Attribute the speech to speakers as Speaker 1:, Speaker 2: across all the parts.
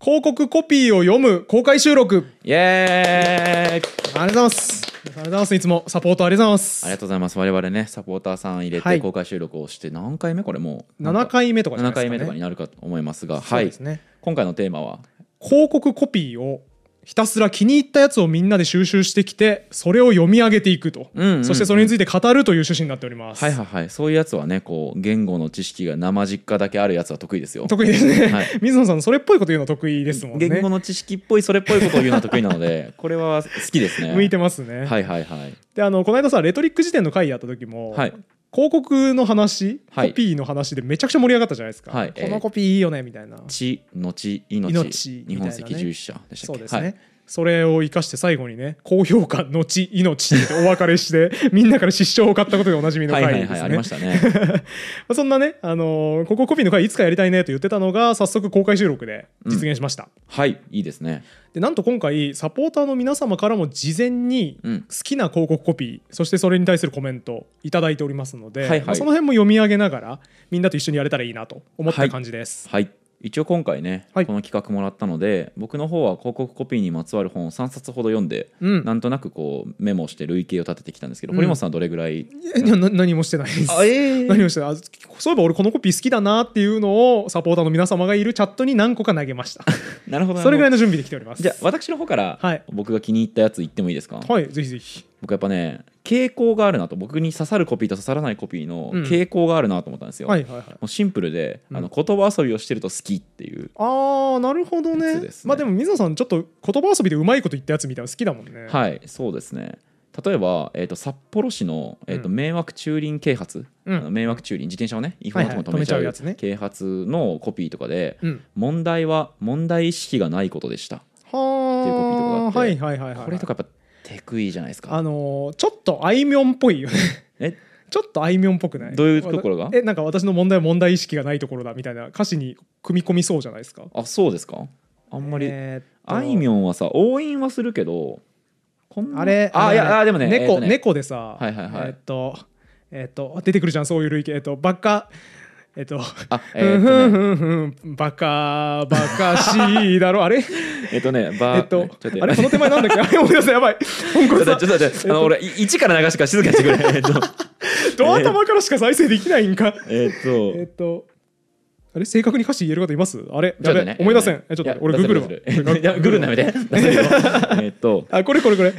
Speaker 1: 広告コピーを読む公開収録。
Speaker 2: イエーイ
Speaker 1: ありがとうございます。ありがとうございます。いつもサポートありがとうございます。
Speaker 2: ありがとうございます。我々ね、サポーターさん入れ
Speaker 1: は
Speaker 2: て
Speaker 1: い
Speaker 2: 公開収録をして、何回目これもう
Speaker 1: 7回目とかじゃな
Speaker 2: 7
Speaker 1: いです
Speaker 2: 回
Speaker 1: か、ね。
Speaker 2: 目とかになるかと思いますが、
Speaker 1: そ
Speaker 2: は
Speaker 1: う
Speaker 2: い
Speaker 1: です。ね。
Speaker 2: 今回のテーマは、
Speaker 1: 広告コピーをひたすら気に入ったやつをみんなで収集してきて、それを読み上げていくと。
Speaker 2: うんうんうん
Speaker 1: そしてそれについて語るという趣旨になっております。
Speaker 2: はいはいはい、そういうやつはね、こう、言語の知識が生実家だけあるやつは得意ですよ。
Speaker 1: 得意ですね、
Speaker 2: はい
Speaker 1: 水野さんそれっぽいこと言うの得意ですもんね
Speaker 2: 言語の知識っぽい、それっぽいことを言うのは得意なの で、これは好きですね。
Speaker 1: 向いてますね、
Speaker 2: はいはいはい。
Speaker 1: であのこの間さレトリック辞典の会やった時も、
Speaker 2: はい
Speaker 1: 広告の話、
Speaker 2: はい
Speaker 1: コピーの話でめちゃくちゃ盛り上がったじゃないですか、
Speaker 2: はい
Speaker 1: このコピーいいよねみたいな、
Speaker 2: 知、後、命、
Speaker 1: 命
Speaker 2: 日本
Speaker 1: み
Speaker 2: 赤
Speaker 1: たいなね
Speaker 2: 十字社でした
Speaker 1: そ
Speaker 2: っ
Speaker 1: う
Speaker 2: け
Speaker 1: ですね、それを生かして最後にね高評価のち命でお別れして みんなから失笑を買ったことでおなじみの
Speaker 2: はい、はいは
Speaker 1: 会
Speaker 2: い
Speaker 1: で
Speaker 2: はい、
Speaker 1: す
Speaker 2: あり
Speaker 1: ね
Speaker 2: ましたね。
Speaker 1: まあそんなね、あのーここコピーの会いつかやりたいねと言ってたのが早速公開収録で実現しました、
Speaker 2: はい、いいですね。
Speaker 1: でなんと今回サポーターの皆様からも事前に
Speaker 2: うん
Speaker 1: 好きな広告コピーそしてそれに対するコメントいただいておりますので、
Speaker 2: はいはい
Speaker 1: まあその辺も読み上げながらみんなと一緒にやれたらいいなと思っ
Speaker 2: は
Speaker 1: た
Speaker 2: い
Speaker 1: 感じです。
Speaker 2: はい一応今回ね、
Speaker 1: はい
Speaker 2: この企画もらったので僕の方は広告コピーにまつわる本を3冊ほど読んで、
Speaker 1: うん
Speaker 2: なんとなくこうメモして類型を立ててきたんですけど、
Speaker 1: うん
Speaker 2: 堀本さんはどれぐらい
Speaker 1: えなな何もしてないです。
Speaker 2: あえー
Speaker 1: 何もしてないあそういえば俺このコピー好きだなっていうのをサポーターの皆様がいるチャットに何個か投げま した。
Speaker 2: なるほど
Speaker 1: それぐらい
Speaker 2: い
Speaker 1: の準備できております。
Speaker 2: じゃあ私の方から、
Speaker 1: はい
Speaker 2: 僕が気に入ったやつ言ってもいいですか、
Speaker 1: はいぜひぜひ。
Speaker 2: 僕やっぱね傾向があるなと僕に刺さるコピーと刺さらないコピーの
Speaker 1: うん
Speaker 2: 傾向があるなと思ったんですよ、
Speaker 1: はいはいはい。
Speaker 2: もうシンプルで、
Speaker 1: うん
Speaker 2: あの言葉遊びをしてると好きっていう
Speaker 1: あーなるほどね
Speaker 2: いつですね
Speaker 1: まあでも水野さんちょっと言葉遊びでうまいこと言ったやつみたいなの好きだもんね。い、
Speaker 2: はいそうですね例えば、えー、と札幌市の、えーと
Speaker 1: うん
Speaker 2: 迷惑駐輪啓発、
Speaker 1: うん
Speaker 2: あの迷惑駐輪自転車をね違法
Speaker 1: はい
Speaker 2: な
Speaker 1: はい
Speaker 2: とこ止めち
Speaker 1: 止
Speaker 2: ゃ
Speaker 1: めちゃうやつね
Speaker 2: う啓発のコピーとかで、
Speaker 1: うん、
Speaker 2: 問題は問題意識がないことでした、っていうコピーとかがあ
Speaker 1: は
Speaker 2: って
Speaker 1: ーはいはいはいはいはい。
Speaker 2: これとかやっぱ手食いじゃないですか
Speaker 1: あのーちょっとあいみょんっぽいよね
Speaker 2: え
Speaker 1: ちょっとあいみょんっぽくない
Speaker 2: どういうところが
Speaker 1: えなんか私の問題は問題意識がないところだみたいな歌詞に組み込みそうじゃないですか
Speaker 2: あそうですかあんまり、
Speaker 1: えーっと
Speaker 2: あいみょんはさ応援はするけどこんな
Speaker 1: あれ
Speaker 2: あいやあでもね
Speaker 1: 猫,、
Speaker 2: えーとね
Speaker 1: 猫でさ、
Speaker 2: はいはいはい
Speaker 1: えーっとえーっと出てくるじゃんそういう類型えーっとバカえーっと
Speaker 2: あえっとね
Speaker 1: ふんふんふんバカバカしいだろあれ
Speaker 2: えっとね
Speaker 1: え
Speaker 2: ば
Speaker 1: ーっと
Speaker 2: ちょっと
Speaker 1: あれこの手前なんだっけあれ思い出せやばい本
Speaker 2: ち
Speaker 1: 郷
Speaker 2: ょっと
Speaker 1: さん
Speaker 2: 待ってちょっと待ってあの俺い1から流すから静かにしてくれえっと
Speaker 1: ドア玉からしか再生できないんか
Speaker 2: えっと
Speaker 1: えっと、あれ正確に歌詞言える方いますあれ
Speaker 2: ち
Speaker 1: や
Speaker 2: ょっ
Speaker 1: べ
Speaker 2: とね、
Speaker 1: 思い出せん。え
Speaker 2: え
Speaker 1: ちょっと待って俺ググるわ。
Speaker 2: ググるな めて。出せるよ えっと、
Speaker 1: あ、これこれこれ。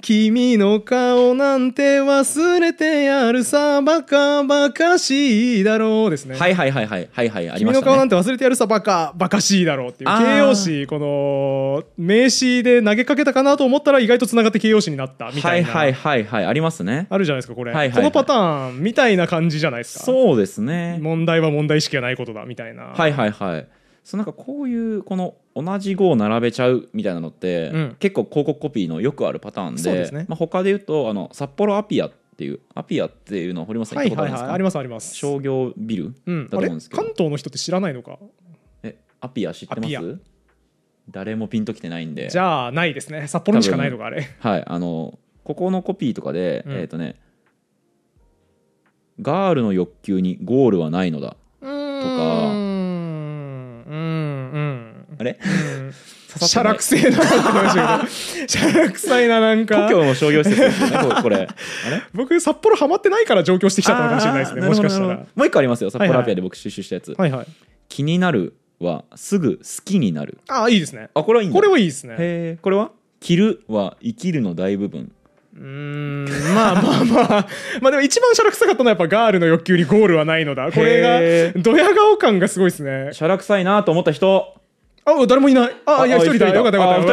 Speaker 1: 君の顔なんて忘れてやるさバカバカしいだろうですね。
Speaker 2: はいはいはいはいはいはいあり
Speaker 1: 君
Speaker 2: ま
Speaker 1: の
Speaker 2: した
Speaker 1: 顔な
Speaker 2: ね。
Speaker 1: んて忘れてやるさバカバカしいだろうっていう
Speaker 2: あー
Speaker 1: 形容詞この名詞で投げかけたかなと思ったら意外とつながって形容詞になったみ
Speaker 2: は
Speaker 1: たい
Speaker 2: い
Speaker 1: な、
Speaker 2: はいはいはいありますね。
Speaker 1: あるじゃないですかこれ、
Speaker 2: はいはいはい
Speaker 1: このパターンみたいな感じじゃないですか
Speaker 2: そうですね。
Speaker 1: 問題は問題意識がないことだみたいな
Speaker 2: はいはいはい。そうなんかこういうこの同じ語を並べちゃうみたいなのって、
Speaker 1: うん
Speaker 2: 結構広告コピーのよくあるパターンで
Speaker 1: そうですね
Speaker 2: まあ、他で言うとあの札幌アピアっていうアピアっていうのを堀本さん
Speaker 1: は
Speaker 2: 行っ
Speaker 1: い
Speaker 2: たこ
Speaker 1: はい
Speaker 2: とあるんです
Speaker 1: は
Speaker 2: か、
Speaker 1: いありますあります
Speaker 2: 商業ビル
Speaker 1: うん、
Speaker 2: だと
Speaker 1: あ
Speaker 2: 思
Speaker 1: れ
Speaker 2: うんですけど、
Speaker 1: 関東の人って知らないのか
Speaker 2: えアピア知ってま
Speaker 1: アピア
Speaker 2: す誰もピンときてないんで
Speaker 1: じゃあないですね札幌にしかないのかあれ
Speaker 2: はい、あのここのコピーとかで、
Speaker 1: うん
Speaker 2: えっ、とねガールの欲求にゴールはないのだ
Speaker 1: とか
Speaker 2: ー
Speaker 1: んうん
Speaker 2: あれ
Speaker 1: うん
Speaker 2: 刺
Speaker 1: シャ
Speaker 2: さってな
Speaker 1: ラ
Speaker 2: い
Speaker 1: くせえなって思いましたけどシャラくさいななん
Speaker 2: 故
Speaker 1: か
Speaker 2: 郷の商業施設ですよねこれこれ あれ
Speaker 1: 僕札幌ハマってないから上京してきちゃったのかもしれないですね
Speaker 2: あー
Speaker 1: もしかした
Speaker 2: なるほどなる
Speaker 1: ら
Speaker 2: ほどもう一個ありますよ札
Speaker 1: はいは
Speaker 2: 幌
Speaker 1: い
Speaker 2: アピアで僕収集したやつ、
Speaker 1: はいはい
Speaker 2: 気になるはすぐ好きになる
Speaker 1: ああいいですね
Speaker 2: あこれはいいんだ
Speaker 1: これ
Speaker 2: は
Speaker 1: はいいですね
Speaker 2: へえこれは着るは生きるの大部分
Speaker 1: うーんまあまあまあまあでも一番シャラくさかったのはやっぱガールの欲求にゴールはないのだこれ
Speaker 2: へ
Speaker 1: がドヤ顔感がすごいですね
Speaker 2: しゃらくさいなと思った人
Speaker 1: あ誰もいないあいや一人だよかったよかった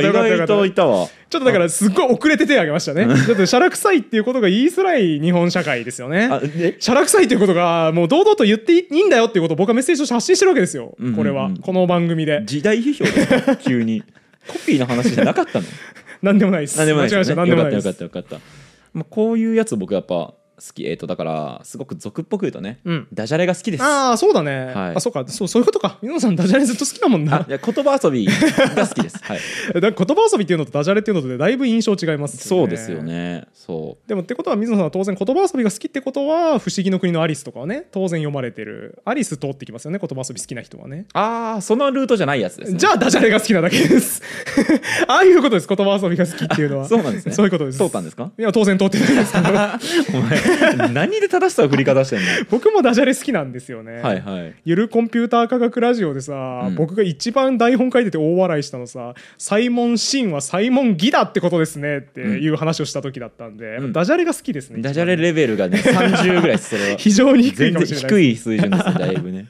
Speaker 1: よかった
Speaker 2: 二人い
Speaker 1: よ
Speaker 2: た
Speaker 1: かった
Speaker 2: 意
Speaker 1: よかった
Speaker 2: 外といたわ
Speaker 1: ちょっとだからすっごい遅れて手を挙げましたね。ちょっとシャラ臭いっていうことが言いづらい日本社会ですよね
Speaker 2: あ。え
Speaker 1: シャラ臭いということがもう堂々と言っていいんだよっていうことを僕はメッセージとして発信してるわけですよ
Speaker 2: うんうんうん。
Speaker 1: これは。この番組で。
Speaker 2: 時代批評ですか急にコピーの話じゃなかったの
Speaker 1: なんでもないです。
Speaker 2: なんでもないです
Speaker 1: 間違えました。
Speaker 2: よ
Speaker 1: なん
Speaker 2: ね。
Speaker 1: で
Speaker 2: よ
Speaker 1: も
Speaker 2: か
Speaker 1: ない
Speaker 2: った
Speaker 1: で
Speaker 2: よかっ
Speaker 1: す。
Speaker 2: たよかった。まあ、こういうやつ僕やっぱ好きえっ、とだからすごく俗っぽく言うとね
Speaker 1: うん
Speaker 2: ダジャレが好きですあ
Speaker 1: ああそうだね、
Speaker 2: はい
Speaker 1: あそうかそうそういうことか水野さんダジャレずっと好きだもんない
Speaker 2: や言葉遊びが好きで す、はい、
Speaker 1: だから言葉遊びっていうのとダジャレっていうのとでだいぶ印象違います
Speaker 2: そうですよねそ
Speaker 1: でもってことは水野さんは当然言葉遊びが好きってことは「不思議の国のアリス」とかはね当然読まれてるアリス通ってきますよね言葉遊び好きな人はね
Speaker 2: うああそのルートじゃないやつです、ね、
Speaker 1: じゃあダジャレが好きなだけです ああいうことです言葉遊びが好きっていうのは
Speaker 2: そうなんですね
Speaker 1: そういうことです
Speaker 2: 通ったんですか
Speaker 1: いや当然通ってないですけ ど
Speaker 2: お前何で正しさを振り方してん の
Speaker 1: 僕もダジャレ好きなんですよね
Speaker 2: はいはい
Speaker 1: ゆるコンピューター科学ラジオでさ、
Speaker 2: うん
Speaker 1: 僕が一番台本書いてて大笑いしたのさ「サイモン・シンはサイモン・ギだってことですね」っていう話をした時だったんで、
Speaker 2: うん
Speaker 1: ダジャレが好きですね
Speaker 2: ダジャレレベルがね30ぐらいですそれは
Speaker 1: 非常に 低い
Speaker 2: 全
Speaker 1: か
Speaker 2: 然
Speaker 1: もしれないです
Speaker 2: 低い水 準ですねだいぶね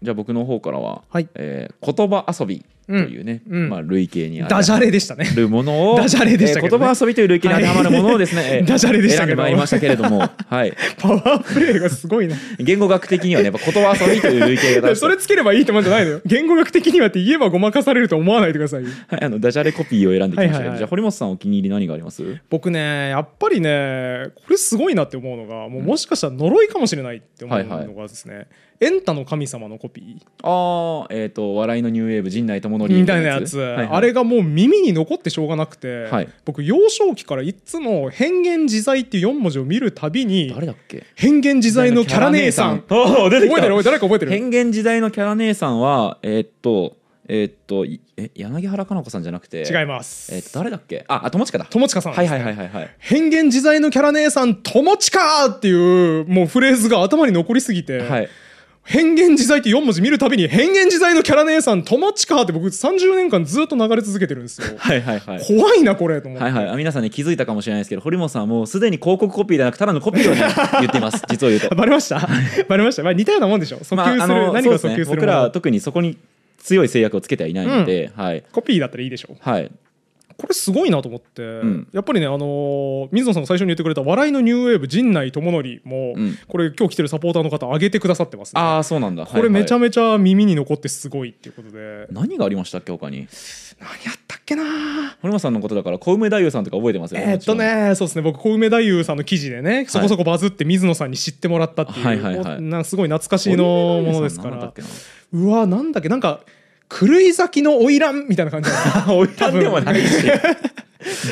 Speaker 2: じゃあ僕の方からは、
Speaker 1: はい
Speaker 2: えー言葉遊びというね、
Speaker 1: うんうん
Speaker 2: まあ、類型にあ
Speaker 1: ダジャ
Speaker 2: レ
Speaker 1: レでした ね
Speaker 2: るものを
Speaker 1: ダジャレでしたけどね
Speaker 2: えー言葉遊びという類型に当てはまるものをですね、えー
Speaker 1: ダジャレでしたけど
Speaker 2: 選んでまいりましたけれども、はい、
Speaker 1: パワープレイがす ごいな
Speaker 2: 言語学的にはねやっぱ言葉遊びという類型が正し い
Speaker 1: それつければいいってもんじゃないのよ言語学的にはって言えばごまかされると思わないでくださいよ
Speaker 2: はいあのダジャレコピーを選んできましたけど、
Speaker 1: はいはいはい
Speaker 2: じゃあ堀本さんお気に入り何があります
Speaker 1: 僕ねやっぱりねこれすごいなって思うのがもうもしかしたら呪いかもしれないって思う
Speaker 2: はいはい
Speaker 1: のがですね、エンタの神様のコピー
Speaker 2: ああえっ、と笑いのニューウェーブ陣内智則
Speaker 1: みたいなやつ、
Speaker 2: はいはい
Speaker 1: あれがもう耳に残ってしょうがなくて、
Speaker 2: はい
Speaker 1: 僕幼少期からいつも「変幻自在」って4文字を見るたびに
Speaker 2: 誰だっけ
Speaker 1: 「変幻自在のキャラ姉さん」
Speaker 2: ああ出てき
Speaker 1: 覚え
Speaker 2: た
Speaker 1: てる覚えてる誰か覚えてる
Speaker 2: 変幻時代のキャラ姉さんはえーっとえーっといえ柳原加奈子さんじゃなくて
Speaker 1: 違い
Speaker 2: ま
Speaker 1: ます、
Speaker 2: えーっと誰だっけああ友近だ
Speaker 1: 友近さんです
Speaker 2: は
Speaker 1: ね
Speaker 2: いはいはいはいはい
Speaker 1: 変幻自在のキャラ姉さん、友近っていう、もうフレーズが頭に残りすぎて、
Speaker 2: はい
Speaker 1: 変幻自在って4文字見るたびに、変幻自在のキャラ姉さん、友近って僕30年間ずっと流れ続けてるんですよ。
Speaker 2: はいはいはい
Speaker 1: 怖いな、これ、と思って。
Speaker 2: はいはいあ皆さんね気づいたかもしれないですけど堀本さんはもうすでに広告コピーではなくただのコピ ーをね言っています実を言うと
Speaker 1: あバレました バレました。まあ、似たようなもんでしょ。訴求する、
Speaker 2: あの
Speaker 1: 何が訴求す
Speaker 2: そうですね
Speaker 1: る
Speaker 2: 僕
Speaker 1: も
Speaker 2: らは
Speaker 1: の
Speaker 2: 特にそこに強い制約をつけてはいないので、はい
Speaker 1: コピーだったらいいでしょ。
Speaker 2: はい
Speaker 1: これすごいなと思って、
Speaker 2: ん
Speaker 1: やっぱりね、あのー水野さんが最初に言ってくれた笑いのニューウェーブ陣内智則も、
Speaker 2: うん
Speaker 1: これ今日来てるサポーターの方上げてくださってますね、
Speaker 2: ああそうなんだ
Speaker 1: これめちゃ
Speaker 2: め
Speaker 1: めちゃ耳に残ってすごいっていうことで、
Speaker 2: 何がありましたっけ他に
Speaker 1: 何やったっけな
Speaker 2: 堀本さんのことだから小梅太夫さんとか覚えてますよ
Speaker 1: えーっとねそうですね僕小梅太夫さんの記事でねそこそこバズって水野さんに知ってもらったっていう、
Speaker 2: はいはいはい
Speaker 1: なすごい懐かしい
Speaker 2: 小梅
Speaker 1: のも
Speaker 2: 太夫さ
Speaker 1: の
Speaker 2: ん
Speaker 1: ですか
Speaker 2: 何だ
Speaker 1: ら
Speaker 2: っけな
Speaker 1: うわなんだっけなんか狂い咲きの花魁みたいな感じだ
Speaker 2: 置いたんでもないし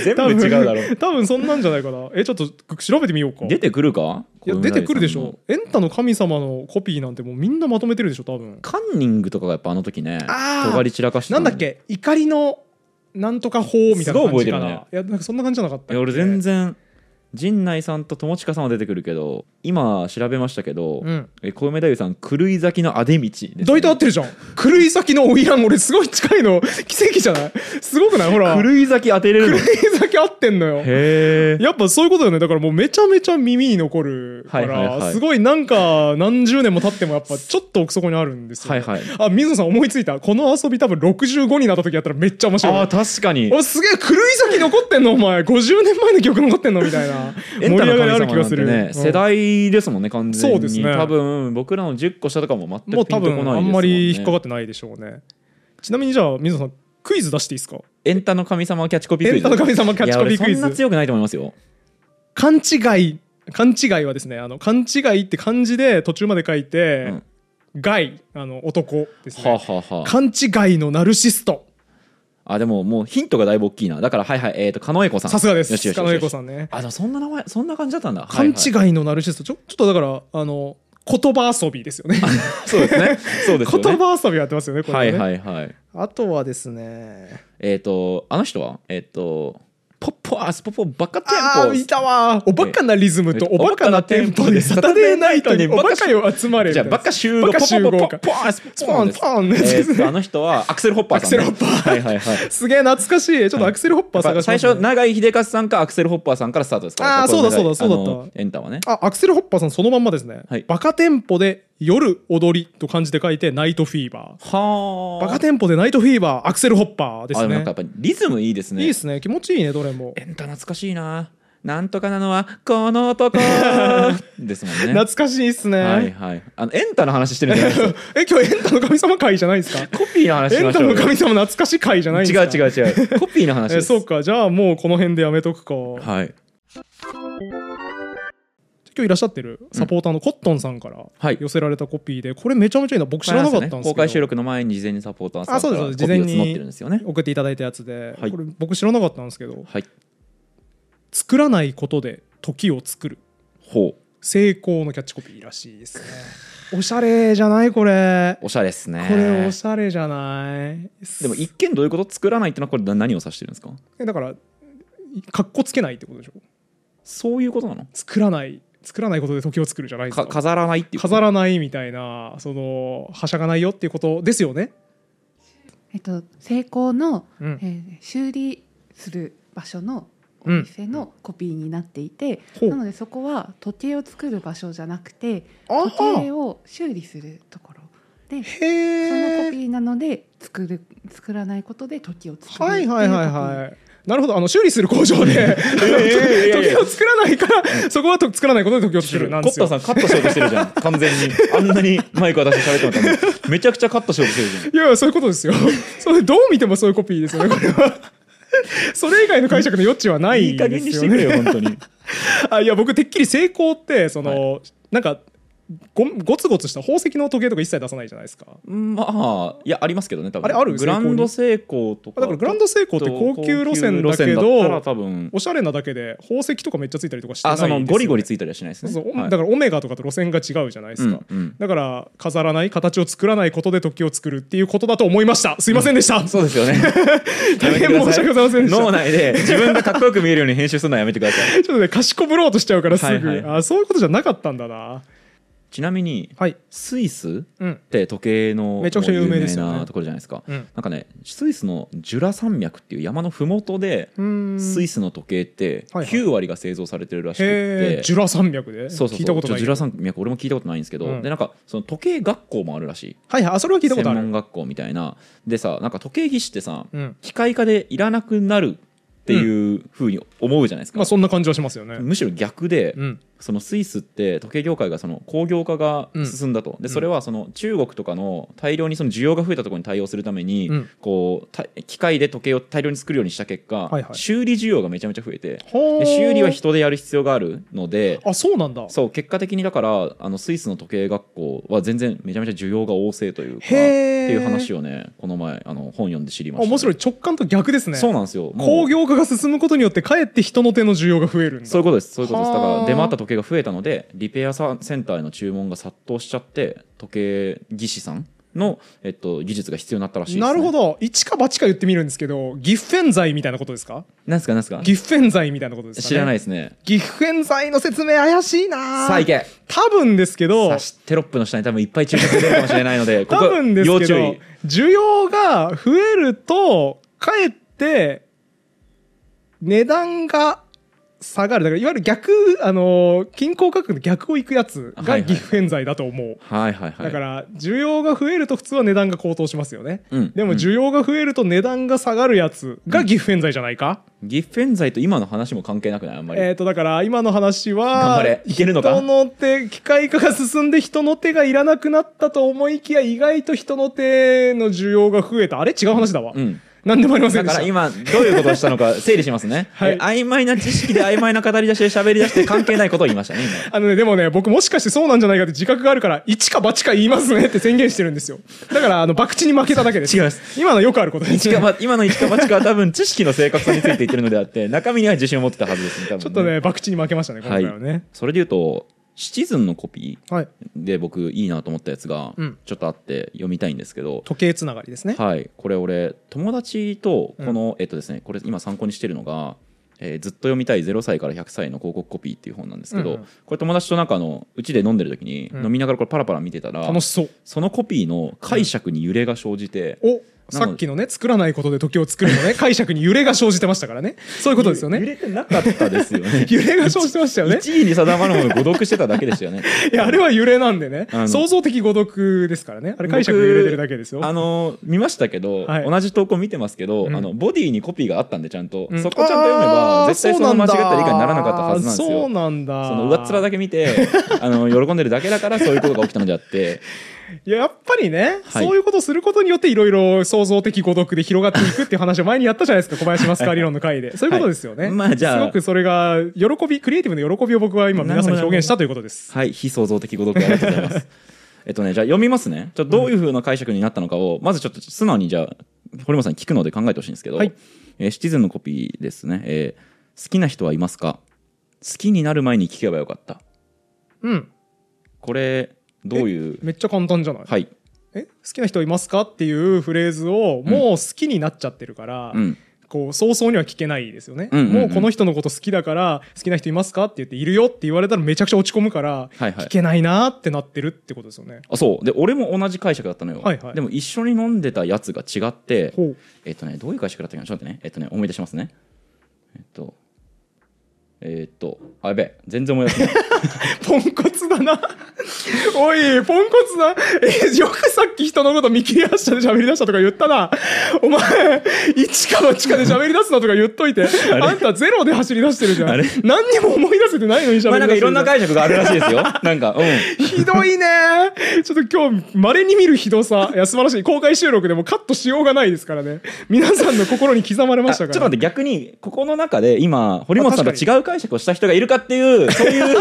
Speaker 2: 全部違うだろう
Speaker 1: 多分そんなんじゃないかなえちょっと調べてみようか
Speaker 2: 出てくるか
Speaker 1: いや出てくるでしょエンタの神様のコピーなんてもうみんなまとめてるでしょ多分
Speaker 2: カンニングとかがやっぱあの時ね
Speaker 1: あー
Speaker 2: 尖り散らかして
Speaker 1: な
Speaker 2: た
Speaker 1: ん
Speaker 2: の
Speaker 1: だっけ怒りのなんとか法みたいな感じかな
Speaker 2: すごい覚えてる
Speaker 1: い,、
Speaker 2: ね
Speaker 1: やなんかそんな感じじゃなかったっ
Speaker 2: い
Speaker 1: け
Speaker 2: や俺全然陣内さんと友近さんは出てくるけど今調べましたけど、
Speaker 1: うん
Speaker 2: え小梅太夫さん狂い咲きのあで道です、ね、
Speaker 1: 大体合ってるじゃん狂い咲きのおいらん俺すごい近いの奇跡じゃないすごくないほら狂い
Speaker 2: 狂い咲き当てれるのへ
Speaker 1: 咲き合ってんのよ
Speaker 2: え
Speaker 1: やっぱそういうことだよねだからもうめちゃめちゃ耳に残るから、
Speaker 2: はいはいはい
Speaker 1: すごいなんか何十年も経ってもやっぱちょっと奥底にあるんですよ、
Speaker 2: はいはい
Speaker 1: あ水野さん思いついたこの遊び多分65になった時やったらめっちゃ面白
Speaker 2: あ
Speaker 1: い
Speaker 2: ー確かに
Speaker 1: おすげえ狂い咲き残ってんのお前50年前の曲残ってんのみたいな盛
Speaker 2: エン
Speaker 1: り
Speaker 2: タ
Speaker 1: 上
Speaker 2: の
Speaker 1: がりあ
Speaker 2: 神
Speaker 1: る気
Speaker 2: 様な
Speaker 1: が
Speaker 2: ん
Speaker 1: す
Speaker 2: て
Speaker 1: る、
Speaker 2: ね
Speaker 1: うん
Speaker 2: 世代ですもんね完全に
Speaker 1: そうですね
Speaker 2: 多分僕らの10個下とかも全
Speaker 1: もう
Speaker 2: くピ
Speaker 1: 多
Speaker 2: ンとこないですも
Speaker 1: 分
Speaker 2: ん、
Speaker 1: あ
Speaker 2: ね、
Speaker 1: んまり引っかかってないでしょうねちなみにじゃあ水野さんクイズ出していいですか
Speaker 2: エンタの神様キャッチコピーク
Speaker 1: エ
Speaker 2: イ
Speaker 1: ン
Speaker 2: ズ
Speaker 1: タの神様キャッチコピークイ
Speaker 2: いや俺そんな
Speaker 1: ズ
Speaker 2: 強くないと思いますよ
Speaker 1: 勘違い勘違いはですねあの勘違いって漢字で途中まで書いて「害、あの男ですね、
Speaker 2: はあ、はあはあ、
Speaker 1: 勘違いのナルシスト
Speaker 2: あでももうヒントがだいぶ大きいなだからはいはいえっ、と狩野英孝さん
Speaker 1: さすがで
Speaker 2: よし
Speaker 1: す
Speaker 2: よしよ
Speaker 1: 鹿
Speaker 2: し
Speaker 1: 野
Speaker 2: よ
Speaker 1: 英
Speaker 2: し
Speaker 1: 子さんね
Speaker 2: あでもそんな名前そんな感じだったんだ
Speaker 1: 勘
Speaker 2: はいはい
Speaker 1: 違いのナルシストちょちょっとだからあの言葉遊びですよね
Speaker 2: そうですね そうですよね
Speaker 1: 言葉遊びやってますよねこれ
Speaker 2: はい
Speaker 1: ね
Speaker 2: はいはい
Speaker 1: あとはですね
Speaker 2: えっ、とあの人はえっ、とポッポアスポッポバカテ
Speaker 1: ああ
Speaker 2: ン
Speaker 1: いたわーおバカなリズムと
Speaker 2: ええ
Speaker 1: おバカなテンポでサタデーナイトにおバカよ集ま
Speaker 2: ポ
Speaker 1: れ
Speaker 2: じゃあバカ集合
Speaker 1: バカ集合
Speaker 2: ポッポ
Speaker 1: か
Speaker 2: ッポッポアスポ
Speaker 1: ポン
Speaker 2: です
Speaker 1: ポン
Speaker 2: えーとあの人はアクセルホッパーさん、ね、
Speaker 1: アクセルホッパー
Speaker 2: はい はいはい
Speaker 1: すげえ懐かしいちょっとアクセルホッパー
Speaker 2: やっ
Speaker 1: 探
Speaker 2: ぱ
Speaker 1: しま
Speaker 2: 最
Speaker 1: すね
Speaker 2: 初永井秀和さんかアクセルホッパーさんからスタートですから
Speaker 1: あーそうだ
Speaker 2: ここの
Speaker 1: そうだそうだ
Speaker 2: あ
Speaker 1: っ
Speaker 2: のエンタはね
Speaker 1: あアクセルホッパーさんそのまんまですね、
Speaker 2: はい
Speaker 1: バカテンポで夜踊りと漢字で書いてナイトフィーバー
Speaker 2: はあ
Speaker 1: バカテンポでナイトフィーバーアクセルホッパーで
Speaker 2: あ
Speaker 1: す
Speaker 2: でも
Speaker 1: ね
Speaker 2: なんかやっぱりリズムいいですね
Speaker 1: いいですね気持ちいいねどれも
Speaker 2: エンタ懐かしいななんとかなのはこの 男ですもんね
Speaker 1: 懐かしいっすね、
Speaker 2: はいはいあのエンタの話してるんじゃないです
Speaker 1: え今日エンタの神様会じゃないですか
Speaker 2: コピーの話 し
Speaker 1: エン
Speaker 2: まし
Speaker 1: タ
Speaker 2: ょ
Speaker 1: の
Speaker 2: うよ
Speaker 1: 神様懐かしい会じゃないんですか
Speaker 2: 違う違う違うコピーの話
Speaker 1: え
Speaker 2: です
Speaker 1: そうかじゃあもうこの辺でやめとくか
Speaker 2: はい
Speaker 1: 今日いらっしゃってるサポーターのコットンさんから
Speaker 2: はい
Speaker 1: 寄せられたコピーで、これめちゃめちゃいいな僕知らなかったんですけど、
Speaker 2: ね、公開収録の前に事前にサポーターさん
Speaker 1: あそう
Speaker 2: か
Speaker 1: です
Speaker 2: らコピ
Speaker 1: 事前
Speaker 2: ー
Speaker 1: に
Speaker 2: を募ってるんですよね
Speaker 1: 送っていただいたやつで、
Speaker 2: はい
Speaker 1: これ僕知らなかったんですけど
Speaker 2: はい
Speaker 1: 作らないことで時を作る
Speaker 2: ほう
Speaker 1: 成功のキャッチコピーらしいですね おしゃれじゃないこれ
Speaker 2: おしゃれですね
Speaker 1: これおしゃれじゃない
Speaker 2: でも一見どういうこと作らないってのはこれ何を指してるんですか
Speaker 1: えだからかっこつけないってことでしょ
Speaker 2: そういうことなの
Speaker 1: 作らない作らないことで時を作るじゃないです
Speaker 2: か
Speaker 1: か
Speaker 2: 飾らないっていうこと
Speaker 1: 飾らないみたいなそのはしゃがないよっていうことですよね、
Speaker 3: えっと、成功の、
Speaker 1: うん
Speaker 3: えー修理する場所のお
Speaker 1: うん
Speaker 3: 店のコピーになっていて、
Speaker 1: ほう
Speaker 3: なのでそこは時計を作る場所じゃなくて
Speaker 1: あ
Speaker 3: 時計を修理するところでその
Speaker 1: へ
Speaker 3: コ
Speaker 1: え
Speaker 3: ピーなので作る作らないことで時を作るって
Speaker 1: はいいうはいはい
Speaker 3: コ
Speaker 1: はいなるほどあの修理する工 場で
Speaker 2: えいやいや い
Speaker 1: 時
Speaker 2: や
Speaker 1: を作らないからそこはと作らないことで時を作るなん
Speaker 2: コ
Speaker 1: で
Speaker 2: ッ
Speaker 1: す
Speaker 2: タ
Speaker 1: よ
Speaker 2: さんカットしようとして るじゃん完全にあんなにマイク私喋ってもらったのにめちゃくちゃカットしようとしてるじゃん
Speaker 1: いやいやそういうこと ですよそれどう見てもそういうコピーですよねこれはそれ以外の解釈の余地はない
Speaker 2: いい加減にしてく
Speaker 1: です
Speaker 2: れ
Speaker 1: よ
Speaker 2: よ
Speaker 1: ね
Speaker 2: 本当に
Speaker 1: あいや僕てっきり成功ってその、なんかごごつごつした宝石の時計とか一切出さないじゃないですか
Speaker 2: まあいやありますけどね多分
Speaker 1: あれある
Speaker 2: グランド成功と
Speaker 1: あ
Speaker 2: か
Speaker 1: だからグランド成功って高級路線だけ
Speaker 2: 高級路線だったら
Speaker 1: ど
Speaker 2: 多分
Speaker 1: おしゃれなだけで宝石とかめっちゃついたりとかしてない
Speaker 2: あ
Speaker 1: ですよ
Speaker 2: そ
Speaker 1: ね
Speaker 2: のゴリゴリついたりはしないです
Speaker 1: そうそ
Speaker 2: ね
Speaker 1: うお
Speaker 2: はい
Speaker 1: だからオメガとかと路線が違うじゃないですか、
Speaker 2: うんうん
Speaker 1: だから飾らない形を作らないことで時を作るっていうことだと思いましたすいませんでした、
Speaker 2: そうですよね
Speaker 1: 大変申し訳ございませんでした
Speaker 2: 脳内で自分がかっこよく見えるように編集するのはやめてください
Speaker 1: ちょっとね賢ぶろうとしちゃうからすぐ、
Speaker 2: はいはい
Speaker 1: あそういうことじゃなかったんだな
Speaker 2: ちなみに、
Speaker 1: はい
Speaker 2: スイス
Speaker 1: うん
Speaker 2: って時計の
Speaker 1: めちゃくちゃ有名ですよね
Speaker 2: 有なところじゃないですか、
Speaker 1: うん
Speaker 2: なんかねスイスのジュラ山脈っていう山の麓で
Speaker 1: うーん
Speaker 2: スイスの時計って
Speaker 1: はいはい
Speaker 2: 9割が製造されてるらしくって、
Speaker 1: へえジュラ山脈で
Speaker 2: そうそうそう
Speaker 1: 聞いたこと
Speaker 2: ちょ
Speaker 1: な
Speaker 2: っ
Speaker 1: い
Speaker 2: ジュラ山脈俺も聞いたことないんですけど、
Speaker 1: うん
Speaker 2: でなんかその時計学校もあるらしい
Speaker 1: はいはいあそれは聞いたことあ
Speaker 2: 専門
Speaker 1: る
Speaker 2: 学校みたいなでさなんか時計技師ってさ、
Speaker 1: うん
Speaker 2: 機械化でいらなくなるっていうふうに思うじゃないですか、
Speaker 1: まあそんな感じはしますよね
Speaker 2: むしろ逆で、
Speaker 1: うん
Speaker 2: そのスイスって時計業界がその工業化が進んだと、でそれはその中国とかの大量にその需要が増えたところに対応するために、
Speaker 1: うん
Speaker 2: こうた機械で時計を大量に作るようにした結果、
Speaker 1: はいはい
Speaker 2: 修理需要がめちゃめちゃ増えて
Speaker 1: ほー
Speaker 2: で修理は人でやる必要があるので
Speaker 1: あそうなんだ
Speaker 2: そう結果的にだからあのスイスの時計学校は全然めちゃめちゃ需要が旺盛というかっ
Speaker 1: へー
Speaker 2: ていう話をねこの前あの本読んで知りま
Speaker 1: あ
Speaker 2: したね、
Speaker 1: 面白い直感と逆ですね
Speaker 2: そうなんですよもう
Speaker 1: 工業化が進むことによってかえって人の手の需要が増えるんだ
Speaker 2: そういうことですそういうことですだ
Speaker 1: はあ
Speaker 2: から出回った時計が増えたのでリペアさセンターへの注文が殺到しちゃって時計技師さんの、えっと、技術が必要になったらしいです、ね、
Speaker 1: なるほ
Speaker 2: ど
Speaker 1: ど一か八か言ってみるんですけどギッフェン罪みたいなことですか
Speaker 2: なんすかなんすか
Speaker 1: ギッフェン罪みたいなことですか、ね、
Speaker 2: 知らない
Speaker 1: い
Speaker 2: ですね
Speaker 1: ギッフェン罪の説明怪しいな
Speaker 2: さあ行け
Speaker 1: 多分ですけど
Speaker 2: さしテロップの下に多分いっぱい注釈出てるかもしれないのでここ
Speaker 1: 多分です
Speaker 2: 要
Speaker 1: け
Speaker 2: 注
Speaker 1: ど
Speaker 2: 意
Speaker 1: 需要が増えるとかえって値段が下がるだからいわゆる逆あのー均衡価格の逆をいくやつ
Speaker 2: はいは
Speaker 1: が
Speaker 2: い
Speaker 1: ギフ偏在だと思う、
Speaker 2: はいはいはい
Speaker 1: だから需要が増えると普通は値段が高騰しますよね、
Speaker 2: うん
Speaker 1: でも需要が増えると値段が下がるやつがギフ偏在じゃないか、
Speaker 2: ギフェン罪と今の話も関係なくないあんまり、
Speaker 1: えっ、とだから今の話は
Speaker 2: 頑張れいけるのか
Speaker 1: 人の手機械化が進んで人の手がいらなくなったと思いきや意外と人の手の需要が増えたあれ違う話だわ、
Speaker 2: うん
Speaker 1: 何でもありませ
Speaker 2: だ
Speaker 1: んで
Speaker 2: か
Speaker 1: した
Speaker 2: ら今どういうことをしたのか整理しますね、
Speaker 1: はい
Speaker 2: え曖昧な知識で曖昧な語り出しで喋り出して関係ないことを言いましたね 今
Speaker 1: あのね、でもね、僕もしかしてそうなんじゃないかって自覚があるから、一か八か言いますねって宣言してるんですよ。だから、あの、博打に負けただけです。
Speaker 2: 違います。
Speaker 1: 今のはよくあることです。
Speaker 2: 一か八今の一か八かは多分知識の正確さについて言ってるのであって中身には自信を持ってたはずですね多分
Speaker 1: ちょっとね、博打に負けましたね、今
Speaker 2: は
Speaker 1: 回
Speaker 2: い
Speaker 1: はね。
Speaker 2: それで言うとシチズンのコピー
Speaker 1: はい。
Speaker 2: で僕いいなと思ったやつが
Speaker 1: うん
Speaker 2: ちょっとあって読みたいんですけど、
Speaker 1: 時計つながりですね。
Speaker 2: はいこれ俺友達とこの、えっとですねこれ今参考にしてるのが、えーずっと読みたい0歳から100歳の広告コピー」っていう本なんですけど、
Speaker 1: うんうん
Speaker 2: これ友達となんかあのうちで飲んでる時に
Speaker 1: うん
Speaker 2: 飲みながらこれパラパラ見てたら、
Speaker 1: 楽しそう。
Speaker 2: そのコピーの解釈に揺れが生じて、
Speaker 1: おさっきのね、作らないことで時を作るのね、 解釈に揺れが生じてましたからね。そういうことですよ
Speaker 2: 揺
Speaker 1: ね。
Speaker 2: れてなかったですよ ね
Speaker 1: 揺れが生じてましたよね。
Speaker 2: 1位に定まるものを誤読してただけでしたよね
Speaker 1: いや、あれは揺れなんでね
Speaker 2: あの。
Speaker 1: 想像的誤読ですからね。 あれ解釈が揺れてるだけですよ。
Speaker 2: 僕あの見ましたけど、
Speaker 1: はい
Speaker 2: 同じ投稿見てますけど、
Speaker 1: うん
Speaker 2: あのボディにコピーがあったんでちゃんと、
Speaker 1: うん
Speaker 2: そこちゃんと読め
Speaker 1: あ
Speaker 2: ば
Speaker 1: ー
Speaker 2: 絶対その間違った理解にならなかったはずなんで
Speaker 1: そ
Speaker 2: す
Speaker 1: う
Speaker 2: よ
Speaker 1: なんだ。
Speaker 2: その上っ面だけ見てあの喜んでるだけだからそういうことが起きたのであって
Speaker 1: いややっぱりね、
Speaker 2: はい
Speaker 1: そういうことすることによっていろいろ創造的孤独で広がっていくっていう話を前にやったじゃないですか小林マスカー理論の回でそういうことですよね、
Speaker 2: はいまあじゃあ
Speaker 1: すごくそれが喜びクリエイティブの喜びを僕は今皆さんに表現したということです
Speaker 2: はい、非創造的孤独ありがとうございます。えっとね、じゃあ読みますね。ちょっとどういう風な解釈になったのかを、まずちょっと素直にじゃあ、堀本さんに聞くので考えてほしいんですけど、
Speaker 1: はい
Speaker 2: えーシティズンのコピーですね、えー好きな人はいますか好きになる前に聞けばよかった。
Speaker 1: うん
Speaker 2: これ、どういう、
Speaker 1: めっちゃ簡単じゃない、
Speaker 2: はい、
Speaker 1: え好きな人いますかっていうフレーズをもう好きになっちゃってるから、
Speaker 2: うん、
Speaker 1: こう早々には聞けないですよね、
Speaker 2: うんうんうん
Speaker 1: もうこの人のこと好きだから好きな人いますかって言っているよって言われたらめちゃくちゃ落ち込むから
Speaker 2: はいは
Speaker 1: 聞
Speaker 2: い。
Speaker 1: けないなーってなってるってことですよね、
Speaker 2: あそうで俺も同じ解釈だったのよ、
Speaker 1: はいはい
Speaker 2: でも一緒に飲んでたやつが違って
Speaker 1: ほう
Speaker 2: えっとねどういう解釈だったかなちょっと待ってねえっとね思い出しますねえっとえっとあやべえ全然思い 出せない
Speaker 1: ポンコツだな おいポンコツだえよくさっき人のこと見切り発車で喋り出したとか言ったなお前1か8かで喋り出すなとか言っとい てあんたゼロで走り出してるじゃん
Speaker 2: あれ
Speaker 1: 何にも思い出せてないのに喋り出してるじゃん,、
Speaker 2: まあなんかいろんな解釈があるらしいです よ。なんか、うん。
Speaker 1: ひどいね ちょっと今日、稀に見るひどさ。いや、素晴らしい。公開収録でもカットしようがないですからね。皆さんの心に刻まれま
Speaker 2: あ
Speaker 1: し
Speaker 2: ちょ
Speaker 1: たか
Speaker 2: っ
Speaker 1: ら。
Speaker 2: と待って、逆に、ここの中で今、堀本さんと
Speaker 1: あ確か
Speaker 2: 違う解釈をした人がいるかっていう、そ ういう、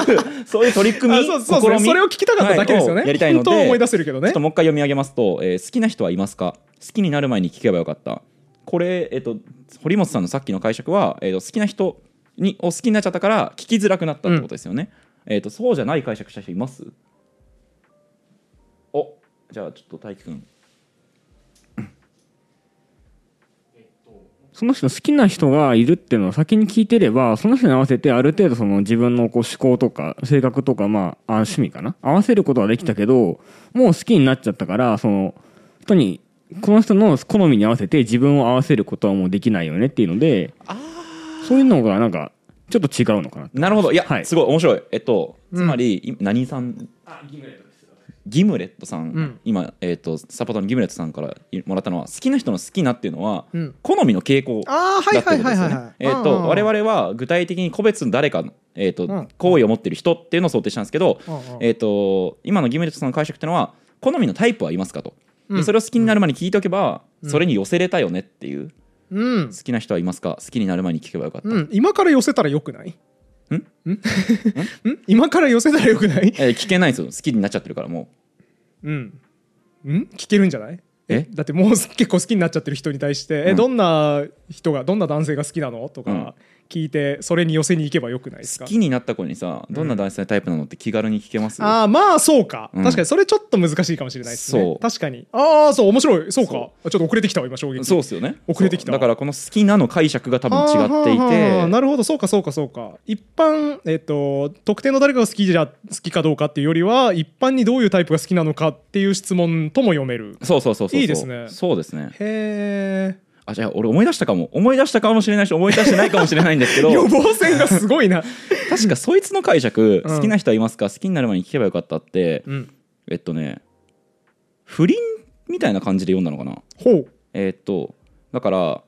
Speaker 2: そういう取り組み、
Speaker 1: あそうそうです
Speaker 2: 試み
Speaker 1: ね。それを聞きたかっただけですよね。
Speaker 2: はいをやりたいので、
Speaker 1: 本当は思い出せるけど
Speaker 2: ちょ
Speaker 1: ね
Speaker 2: っと。もう一回読み上げますと、えー好きな人はいますか好きになる前に聞けばよかった。これ、えっと、堀本さんのさっきの解釈は、えっと、好きな人にを好きになっちゃったから、聞きづらくなったってことですよね。えっと、そうじゃない解釈した人いますおじゃあちょっと大輝くん。
Speaker 4: その人好きな人がいるっていうのを先に聞いてればその人に合わせてある程度その自分のこう思考とか性格とか、まあ、あ趣味かな合わせることはできたけどもう好きになっちゃったからその人にこの人の好みに合わせて自分を合わせることはもうできないよねっていうのでそういうのがなんかちょっと違うのかな
Speaker 2: なるほどいや、
Speaker 4: はい
Speaker 2: すごい面白いえっとつまり、い何さんギムレットさん、
Speaker 1: うん
Speaker 2: 今、えっとサポーターのギムレットさんからいもらったのは好きな人の好きなっていうのは、
Speaker 1: うん
Speaker 2: 好みの傾向だ
Speaker 1: ああ、
Speaker 2: ってことですよ
Speaker 1: は
Speaker 2: ねえっと我々は具体的に個別の誰かの、えっ
Speaker 1: う
Speaker 2: と
Speaker 1: ん
Speaker 2: 好意を持ってる人っていうのを想定したんですけど、
Speaker 1: 々
Speaker 2: えっと今のギムレットさんの解釈っていうのは好みのタイプはいますかと、でそれを好きになる前に聞いておけば、
Speaker 1: うん
Speaker 2: それに寄せれたよねっていう
Speaker 1: うん
Speaker 2: 好。きな人はいますか好きになる前に聞けばよかった、
Speaker 1: うん。今から寄せたらよくない
Speaker 2: ん
Speaker 1: ん ん今から寄せたらよくない
Speaker 2: えー聞けないんですよ好きになっちゃってるからもう。
Speaker 1: うん。ん聞けるんじゃない
Speaker 2: え
Speaker 1: だってもう結構好きになっちゃってる人に対して、
Speaker 2: う
Speaker 1: え
Speaker 2: ん
Speaker 1: どんな人がどんな男性が好きなのと
Speaker 2: うん
Speaker 1: か聞いてそれに寄せに行けばよくないです
Speaker 2: 好
Speaker 1: か
Speaker 2: きになった子にさどんな男性タイプなのって気軽に聞けます、
Speaker 1: ああまあそうか、
Speaker 2: うん
Speaker 1: 確かにそれちょっと難しいかもしれないです
Speaker 2: そう
Speaker 1: ね確かにああそう面白いそうか
Speaker 2: そう
Speaker 1: あちょっと遅れてきたわ今衝撃
Speaker 2: そうっすよね
Speaker 1: 遅れてきた
Speaker 2: そうだからこの好きなの解釈が多分
Speaker 1: あー
Speaker 2: 違って
Speaker 1: はーは
Speaker 2: い
Speaker 1: ーはー
Speaker 2: て
Speaker 1: なるほどそうかそうかそうか一般えっ、と特定の誰かが好きじゃ好きかどうかっていうよりは一般にどういうタイプが好きなのかっていう質問とも読める
Speaker 2: そうそうそうそうい
Speaker 1: いですね
Speaker 2: そうですね
Speaker 1: へえ
Speaker 2: あじゃあ俺思い出したかも思い出したかもしれないし思い出してないかもしれないん ですけど
Speaker 1: 予防線がすご いな、
Speaker 2: 確かそいつの解釈、
Speaker 1: うん
Speaker 2: 好きな人はいますか好きになる前に聞けばよかったって、
Speaker 1: うん、
Speaker 2: えっとね不倫みたいな感じで読んだのかな
Speaker 1: ほう
Speaker 2: えーっとだから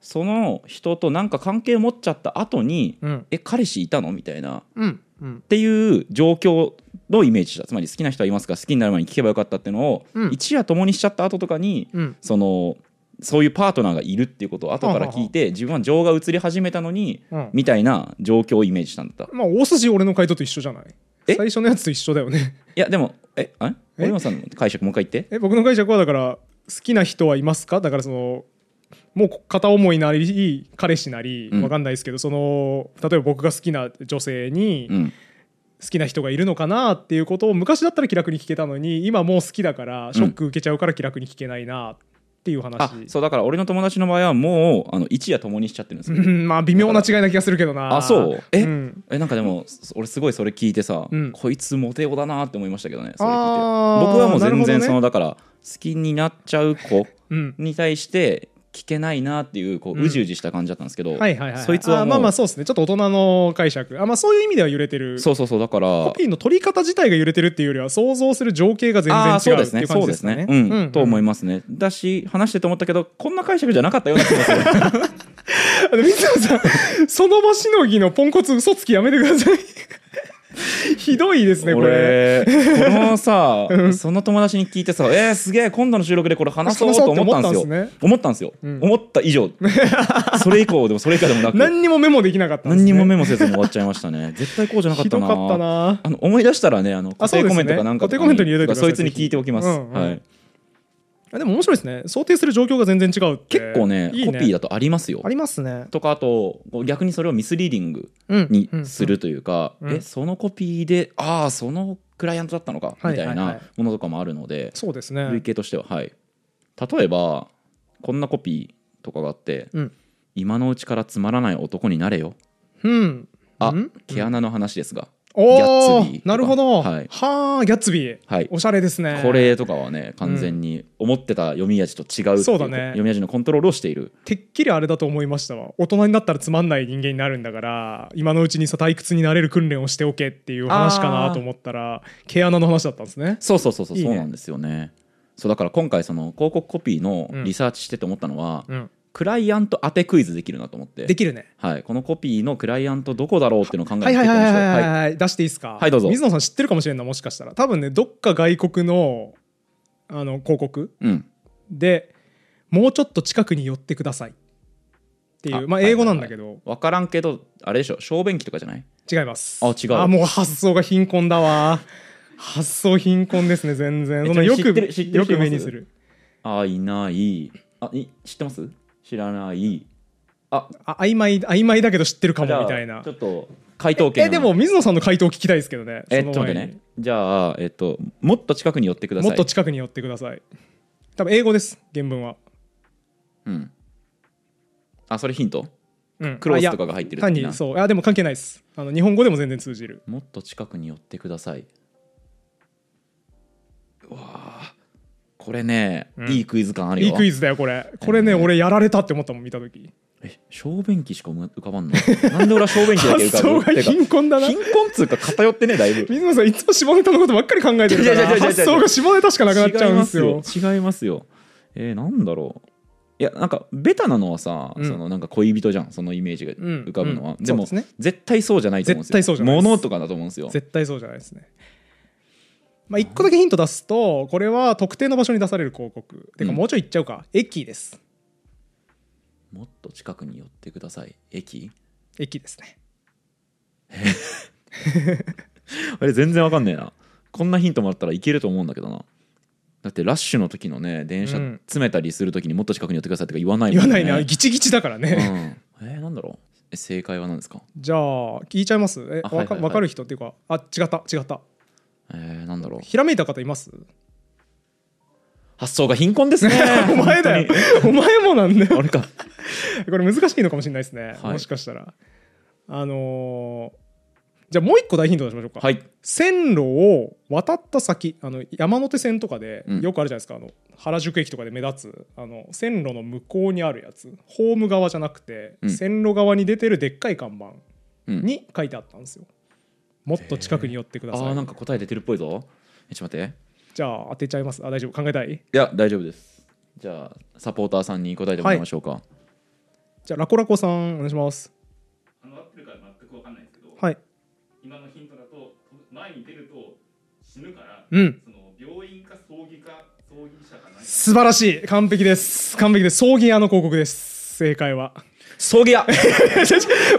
Speaker 2: その人となんか関係持っちゃった後に
Speaker 1: うん
Speaker 2: え彼氏いたのみたいな
Speaker 1: うんうん
Speaker 2: っていう状況のイメージだつまり好きな人はいますか好きになる前に聞けばよかったっていうのを、
Speaker 1: うん
Speaker 2: 一夜共にしちゃった後とかに
Speaker 1: うん
Speaker 2: そのそういうパートナーがいるっていうことを後から聞いて自分は情が移り始めたのに
Speaker 1: うん
Speaker 2: みたいな状況をイメージしたんだったい
Speaker 1: まあ大筋俺の回答と一緒じゃない
Speaker 2: え
Speaker 1: 最初のやつと一緒だよね
Speaker 2: やでもえあれ
Speaker 1: え
Speaker 2: 森本さんの解釈もう一回言って
Speaker 1: え僕の解釈はだから好きな人はいますかだからそのもう片思いなり彼氏なり
Speaker 2: うん
Speaker 1: わかんないですけど、その例えば僕が好きな女性に
Speaker 2: うん
Speaker 1: 好きな人がいるのかなっていうことを昔だったら気楽に聞けたのに今もう好きだからショック受けちゃうから気楽に聞けないなっていう話
Speaker 2: あ、そうだから俺の友達の場合はもうあの一夜共にしちゃってるんです
Speaker 1: う
Speaker 2: よね、
Speaker 1: んまあ微妙な違いな気がするけどな
Speaker 2: あそうえ、
Speaker 1: ん
Speaker 2: えなんかでもそ俺すごいそれ聞いてさ、
Speaker 1: うん
Speaker 2: こいつモテ男だなって思いましたけどねそれ聞いて
Speaker 1: あー
Speaker 2: 僕はもう全
Speaker 1: なるほど
Speaker 2: 然
Speaker 1: ね
Speaker 2: その、だから好きになっちゃう子
Speaker 1: うん、
Speaker 2: に対して聞けないなっていうこう
Speaker 1: うん
Speaker 2: うじうじした感じだったんですけど、
Speaker 1: はいはいはい
Speaker 2: そいつはもう
Speaker 1: あまあまあそうですねちょっと大人の解釈あまあそういう意味では揺れてる
Speaker 2: そうそうそうだから
Speaker 1: コピーの取り方自体が揺れてるっていうよりは想像する情景が全
Speaker 2: あーそ
Speaker 1: 然違う
Speaker 2: うで
Speaker 1: っ
Speaker 2: す
Speaker 1: てい
Speaker 2: ね
Speaker 1: う感
Speaker 2: そう
Speaker 1: じで
Speaker 2: で
Speaker 1: すすか
Speaker 2: ね
Speaker 1: ね。
Speaker 2: うん、と思い
Speaker 1: ま
Speaker 2: ますねだし話してて思ったけどこんな解釈じゃなかったような気がする
Speaker 1: す。水野さん、その場しのぎのポンコツ嘘つきやめてください。ひどいですねこれ
Speaker 2: 俺こ のさ、その友達に聞いてさ「えー、すげえ今度の収録でこれ話そう」
Speaker 1: 話そう
Speaker 2: と思ったんですよ
Speaker 1: って思ったんですね
Speaker 2: 思ったんですよ、
Speaker 1: ん
Speaker 2: 思った 以上それ以降でもそれ以下でもなく
Speaker 1: 何にもメモできなかったんです
Speaker 2: 何
Speaker 1: ね
Speaker 2: にもメモせずに終わっちゃいましたね絶対こうじゃなかっ
Speaker 1: ひど
Speaker 2: たな
Speaker 1: かったな
Speaker 2: あの思い出したらねあの固
Speaker 1: そう
Speaker 2: 定
Speaker 1: です
Speaker 2: コ
Speaker 1: ね
Speaker 2: メントかなんかとか
Speaker 1: 固定コメントに入れといてください
Speaker 2: そいつに聞いておきます、
Speaker 1: うんうん
Speaker 2: はい、
Speaker 1: でも面白いですね想定する状況が全然違うって
Speaker 2: 結構ね
Speaker 1: いい
Speaker 2: コピーだとありますよ
Speaker 1: ありますね
Speaker 2: とかあとこう逆にそれをミスリーディング
Speaker 1: うん
Speaker 2: に
Speaker 1: うん
Speaker 2: するというか、
Speaker 1: うんうん
Speaker 2: えそのコピーでああそのクライアントだったのか
Speaker 1: はい
Speaker 2: みた
Speaker 1: はい
Speaker 2: い
Speaker 1: は
Speaker 2: ないものとかもあるので
Speaker 1: そうです
Speaker 2: 類
Speaker 1: ね
Speaker 2: 型としてははい例えばこんなコピーとかがあって
Speaker 1: うん
Speaker 2: 「今のうちからつまらない男になれよ
Speaker 1: うん」
Speaker 2: あ
Speaker 1: うん
Speaker 2: 毛穴の話ですが、ギャ
Speaker 1: お
Speaker 2: ッツ
Speaker 1: ー
Speaker 2: ビーとか
Speaker 1: なるほど
Speaker 2: はい
Speaker 1: はあギャッツビー
Speaker 2: はい
Speaker 1: おしゃれですね
Speaker 2: これとかはね完全に思ってた読み味と違うってい
Speaker 1: そう
Speaker 2: う
Speaker 1: だね
Speaker 2: 読み味のコントロールをしている
Speaker 1: てっきりあれだと思いましたわ大人になったらつまんない人間になるんだから今のうちにさ退屈になれる訓練をしておけっていう話かなと思ったら毛穴の話だったんですね
Speaker 2: そうそうそうそう
Speaker 1: いいね
Speaker 2: そうなんですよねそうだから今回その広告コピーのリサーチしてて思ったのは、
Speaker 1: うん
Speaker 2: クライアント当てクイズできるなと思って
Speaker 1: できるね
Speaker 2: はい、このコピーのクライアントどこだろうっていうのを考えて
Speaker 1: はいはいはいはいはい
Speaker 2: い、
Speaker 1: はい出していいですか
Speaker 2: はいどうぞ
Speaker 1: 水野さん知ってるかもしれんなもしかしたら多分ねどっか外国のあの広告
Speaker 2: うん、
Speaker 1: でもうちょっと近くに寄ってくださいっていう
Speaker 2: あ
Speaker 1: まあ
Speaker 2: はい
Speaker 1: 英
Speaker 2: は
Speaker 1: 語
Speaker 2: いはい
Speaker 1: なんだけど
Speaker 2: 分からんけどあれでしょ小便器とかじゃない
Speaker 1: 違います
Speaker 2: あ違う
Speaker 1: あもう発想が貧困だわ発想貧困ですね全然
Speaker 2: え
Speaker 1: そんなよ
Speaker 2: ちなみに知って
Speaker 1: く
Speaker 2: る知ってる
Speaker 1: よ
Speaker 2: 人い
Speaker 1: く
Speaker 2: ます
Speaker 1: 目にする
Speaker 2: あいないあい知ってます知らないあ
Speaker 1: あ曖昧曖昧だけど知ってるか
Speaker 2: じゃ
Speaker 1: も
Speaker 2: あ
Speaker 1: みたいな
Speaker 2: ちょっと回答権を
Speaker 1: えでも水野さんの回答聞きたいですけどね
Speaker 2: え
Speaker 1: その前に
Speaker 2: ちょっと待ってねじゃあ、えっと、もっと近くに寄ってください
Speaker 1: もっと近くに寄ってください多分英語です原文は、
Speaker 2: うん、あそれヒント
Speaker 1: うん、
Speaker 2: クロー
Speaker 1: あい
Speaker 2: ス
Speaker 1: や
Speaker 2: とかが入ってる
Speaker 1: 単
Speaker 2: 的
Speaker 1: に
Speaker 2: な
Speaker 1: そうあでも関係ないですあの日本語でも全然通じる
Speaker 2: もっと近くに寄ってくださいうわあこれね、
Speaker 1: うん
Speaker 2: いいクイズ感あるよ
Speaker 1: いいクイズだよこれこれね、
Speaker 2: えー
Speaker 1: 俺やられたって思ったもん見た時
Speaker 2: え小便器しか思い浮かばんの なんで俺は小便器だけ
Speaker 1: 発
Speaker 2: 浮かぶ
Speaker 1: 想が
Speaker 2: てか
Speaker 1: 貧困だな
Speaker 2: 貧困っつうか偏ってねだいぶ
Speaker 1: 水野さんいつも下ネタのことばっかり考えてるか
Speaker 2: いやいや
Speaker 1: ら
Speaker 2: いやいやいや
Speaker 1: 発想が下ネタしかなくなっちゃうんですよ
Speaker 2: 違いますよ違いますよえー、なんだろういやなんかベタなのはさ、
Speaker 1: うん
Speaker 2: そのなんか恋人じゃんそのイメージが浮かぶのは、
Speaker 1: うんうん
Speaker 2: でも
Speaker 1: そうですね
Speaker 2: 絶対そうじゃないと思うんですよ
Speaker 1: 絶対そうじゃないです
Speaker 2: 物とかだと思うんですよ
Speaker 1: 絶対そうじゃないですねまあ一個だけヒント出すとこれは特定の場所に出される広告てか
Speaker 2: うん
Speaker 1: もうちょい行っちゃうか駅です
Speaker 2: もっと近くに寄ってください駅
Speaker 1: 駅ですね
Speaker 2: あれ全然わかんねえなこんなヒントもらったらいけると思うんだけどなだってラッシュの時のね電車
Speaker 1: うん
Speaker 2: 詰めたりする時にもっと近くに寄ってくださいとか言わない
Speaker 1: 言
Speaker 2: も
Speaker 1: わ
Speaker 2: ん
Speaker 1: な
Speaker 2: ね
Speaker 1: いねギチギチだからね、
Speaker 2: うん、えー、なんだろうえ正解は何ですか
Speaker 1: じゃあ聞いちゃいますえ
Speaker 2: あ
Speaker 1: わか
Speaker 2: はいはいはい
Speaker 1: わかる人っていうかあ違った違った
Speaker 2: えー、なんだろう
Speaker 1: ひらめいた方います
Speaker 2: 発想が貧困 ですね
Speaker 1: お前だよ
Speaker 2: 本
Speaker 1: お前もなんだ
Speaker 2: 当
Speaker 1: よ
Speaker 2: にあれか
Speaker 1: これ難しいのかもしれないですね、
Speaker 2: はい
Speaker 1: もしかしたらあのーじゃあもう一個大ヒント出しましょうか、
Speaker 2: はい
Speaker 1: 線路を渡った先あの山手線とかで
Speaker 2: うん
Speaker 1: よくあるじゃないですか、あの原宿駅とかで目立つあの線路の向こうにあるやつホーム側じゃなくて、
Speaker 2: うん
Speaker 1: 線路側に出てるでっかい看板
Speaker 2: うん
Speaker 1: に書いてあったんですよ、もっと近くに寄ってくだ
Speaker 2: あ
Speaker 1: さい、
Speaker 2: ーなんか答え出てるっぽいぞえちょっと待って
Speaker 1: じゃあ当てちゃいますあ大丈夫考えたい
Speaker 2: いや大丈夫ですじゃあサポーターさんに答えてもらいましょうか、
Speaker 1: じゃあラコラコさんお願いします
Speaker 5: あの合ってるか全く分かんないですけど、
Speaker 1: はい
Speaker 5: 今のヒントだと前に出ると死ぬから、
Speaker 1: うん
Speaker 5: その病院か葬儀か葬儀者か何か
Speaker 1: 素晴らしい完璧です完璧です葬儀屋の広告です正解は
Speaker 2: 葬 儀屋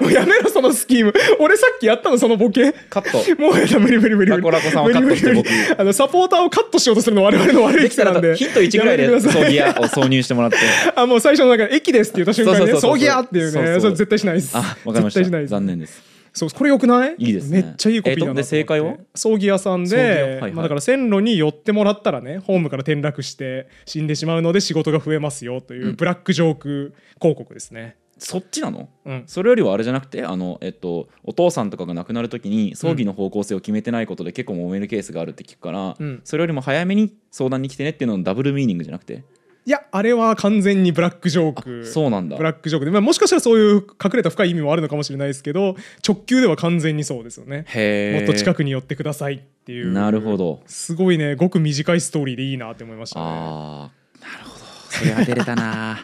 Speaker 1: もうやめろそのスキーム俺さっきやったのそのボケ
Speaker 2: カット
Speaker 1: もうやだ無理無理無理無理
Speaker 2: ラコラコさんをカットして
Speaker 1: 無理無理無理あのサポーターをカットしようとするの我々の悪い
Speaker 2: でき
Speaker 1: 癖
Speaker 2: た
Speaker 1: なんで
Speaker 2: らヒント1ぐらい
Speaker 1: やめ
Speaker 2: で
Speaker 1: てくださ
Speaker 2: 葬儀屋を挿入してもらって
Speaker 1: あもう最初のなんか駅ですって言った瞬間にね
Speaker 2: そうそ
Speaker 1: 葬
Speaker 2: うそうそう
Speaker 1: 儀屋っていうね
Speaker 2: そうそう
Speaker 1: それ絶対しないです
Speaker 2: あわかりま
Speaker 1: 絶
Speaker 2: し
Speaker 1: 対しな
Speaker 2: た
Speaker 1: いです
Speaker 2: 残念です
Speaker 1: そうこれよくない
Speaker 2: いいですね
Speaker 1: めっちゃいいコピーだなと思って
Speaker 2: えーとで正解は
Speaker 1: 葬儀屋さん
Speaker 2: 葬儀屋はい
Speaker 1: で、
Speaker 2: はい
Speaker 1: まあ、だから線路に寄ってもらったらねホームから転落して死んでしまうので仕事が増えますよというブラックジョーク広告ですね、
Speaker 2: そっちなの
Speaker 1: うん、
Speaker 2: それよりはあれじゃなくてあの、えっと、お父さんとかが亡くなる時に葬儀の方向性を決めてないことで結構揉めるケースがあるって聞くから、
Speaker 1: うん
Speaker 2: それよりも早めに相談に来てねっていうののダブルミーニングじゃなくて
Speaker 1: いやあれは完全にブラックジョーク
Speaker 2: そうなんだ
Speaker 1: ブラックジョークで、まあ、もしかしたらそういう隠れた深い意味もあるのかもしれないですけど直球では完全にそうですよね
Speaker 2: へえ
Speaker 1: もっと近くに寄ってくださいっていう
Speaker 2: なるほど
Speaker 1: すごいねごく短いストーリーでいいなって思いましたね
Speaker 2: あーなるほどそれは出れ たな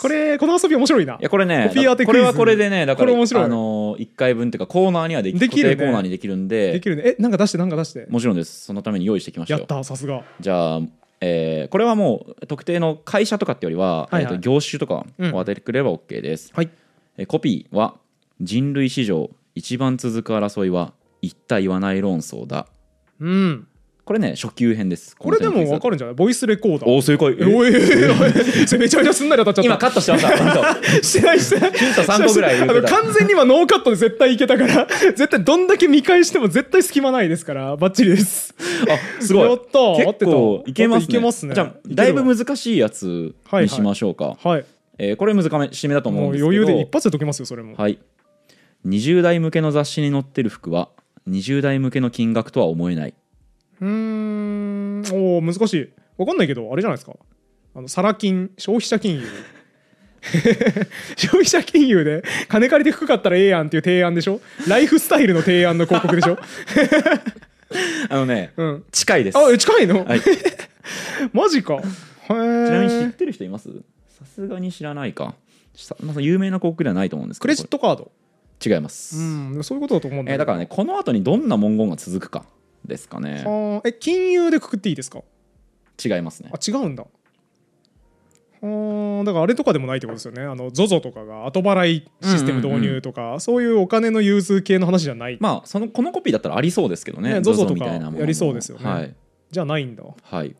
Speaker 1: これこの遊び面白いない
Speaker 2: やこれね
Speaker 1: コピー当て
Speaker 2: こ
Speaker 1: クイズ
Speaker 2: れはこれでねだか
Speaker 1: こ
Speaker 2: ら
Speaker 1: れ面白い
Speaker 2: あの1回分っていうかコーナーにはでき
Speaker 1: できるね
Speaker 2: 固定コーナーにできるんで
Speaker 1: できるねえなんか出してなんか出して
Speaker 2: もちろんですそのために用意してきました
Speaker 1: や
Speaker 2: よ
Speaker 1: ったさすが
Speaker 2: じゃあ、えーこれはもう特定の会社とかってよりは、
Speaker 1: はいはい
Speaker 2: えーと業種とかを当ててくれれば OK です、
Speaker 1: はい
Speaker 2: えーコピーは人類史上一番続く争いは言った言わない論争だ
Speaker 1: うん
Speaker 2: これね初級編です
Speaker 1: これでも分か
Speaker 2: る
Speaker 1: るんじゃないボイスレコーダー
Speaker 2: おお正解
Speaker 1: えおいおいおいそれめちゃめちゃすんなり当たっちゃ
Speaker 2: 今
Speaker 1: った
Speaker 2: カットして ました本
Speaker 1: してないしてない
Speaker 2: ヒント3個ぐらい
Speaker 1: あ
Speaker 2: 言う
Speaker 1: の
Speaker 2: てた
Speaker 1: 完全に今ノーカットで絶対いけたから 絶対どんだけ見返しても絶対隙間ないですからバッチリです
Speaker 2: 当あすごい
Speaker 1: やったー合って
Speaker 2: 結
Speaker 1: た
Speaker 2: 構いけますね
Speaker 1: いけますね
Speaker 2: じゃあだいぶ難しいやつにしましょうか、
Speaker 1: はい
Speaker 2: えーこれ難しめだと思うん
Speaker 1: もう
Speaker 2: ですけど
Speaker 1: 余裕で一発で解けますよそれも
Speaker 2: はい20代向けの雑誌に載ってる服は20代向けの金額とは思えないう
Speaker 1: ーんおお難しいわかんないけどあれじゃないですかあのサラ金消費者金融 消費者金融で金借りて服買ったらええやんっていう提案でしょライフスタイルの提案の広告でしょ
Speaker 2: あのね、
Speaker 1: うん
Speaker 2: 近いです
Speaker 1: あ近いの、
Speaker 2: はい、 ち
Speaker 1: マジかへえ
Speaker 2: なみに知ってる人いますさすがに知らないかさまあ有名な広告ではないと思うんですけ
Speaker 1: ク
Speaker 2: ど
Speaker 1: レジットカード
Speaker 2: これ違います、
Speaker 1: うんそういうことだと思うんだ
Speaker 2: えー
Speaker 1: けど
Speaker 2: だからねこの後にどんな文言が続くかですかね
Speaker 1: はあえ金融でくくっていいですか
Speaker 2: 違いますね
Speaker 1: あ違うんだはあだからあれとかでもないってことですよねあの ZOZO とかが後払いシステム導入とか、そういうお金の融通系の話じゃない、
Speaker 2: まあそのこのコピーだったらありそうですけどね
Speaker 1: ね ZOZO と
Speaker 2: ZOZO
Speaker 1: か
Speaker 2: みたいなものも
Speaker 1: やりそうですよね
Speaker 2: はい
Speaker 1: じゃないんだ
Speaker 2: はい、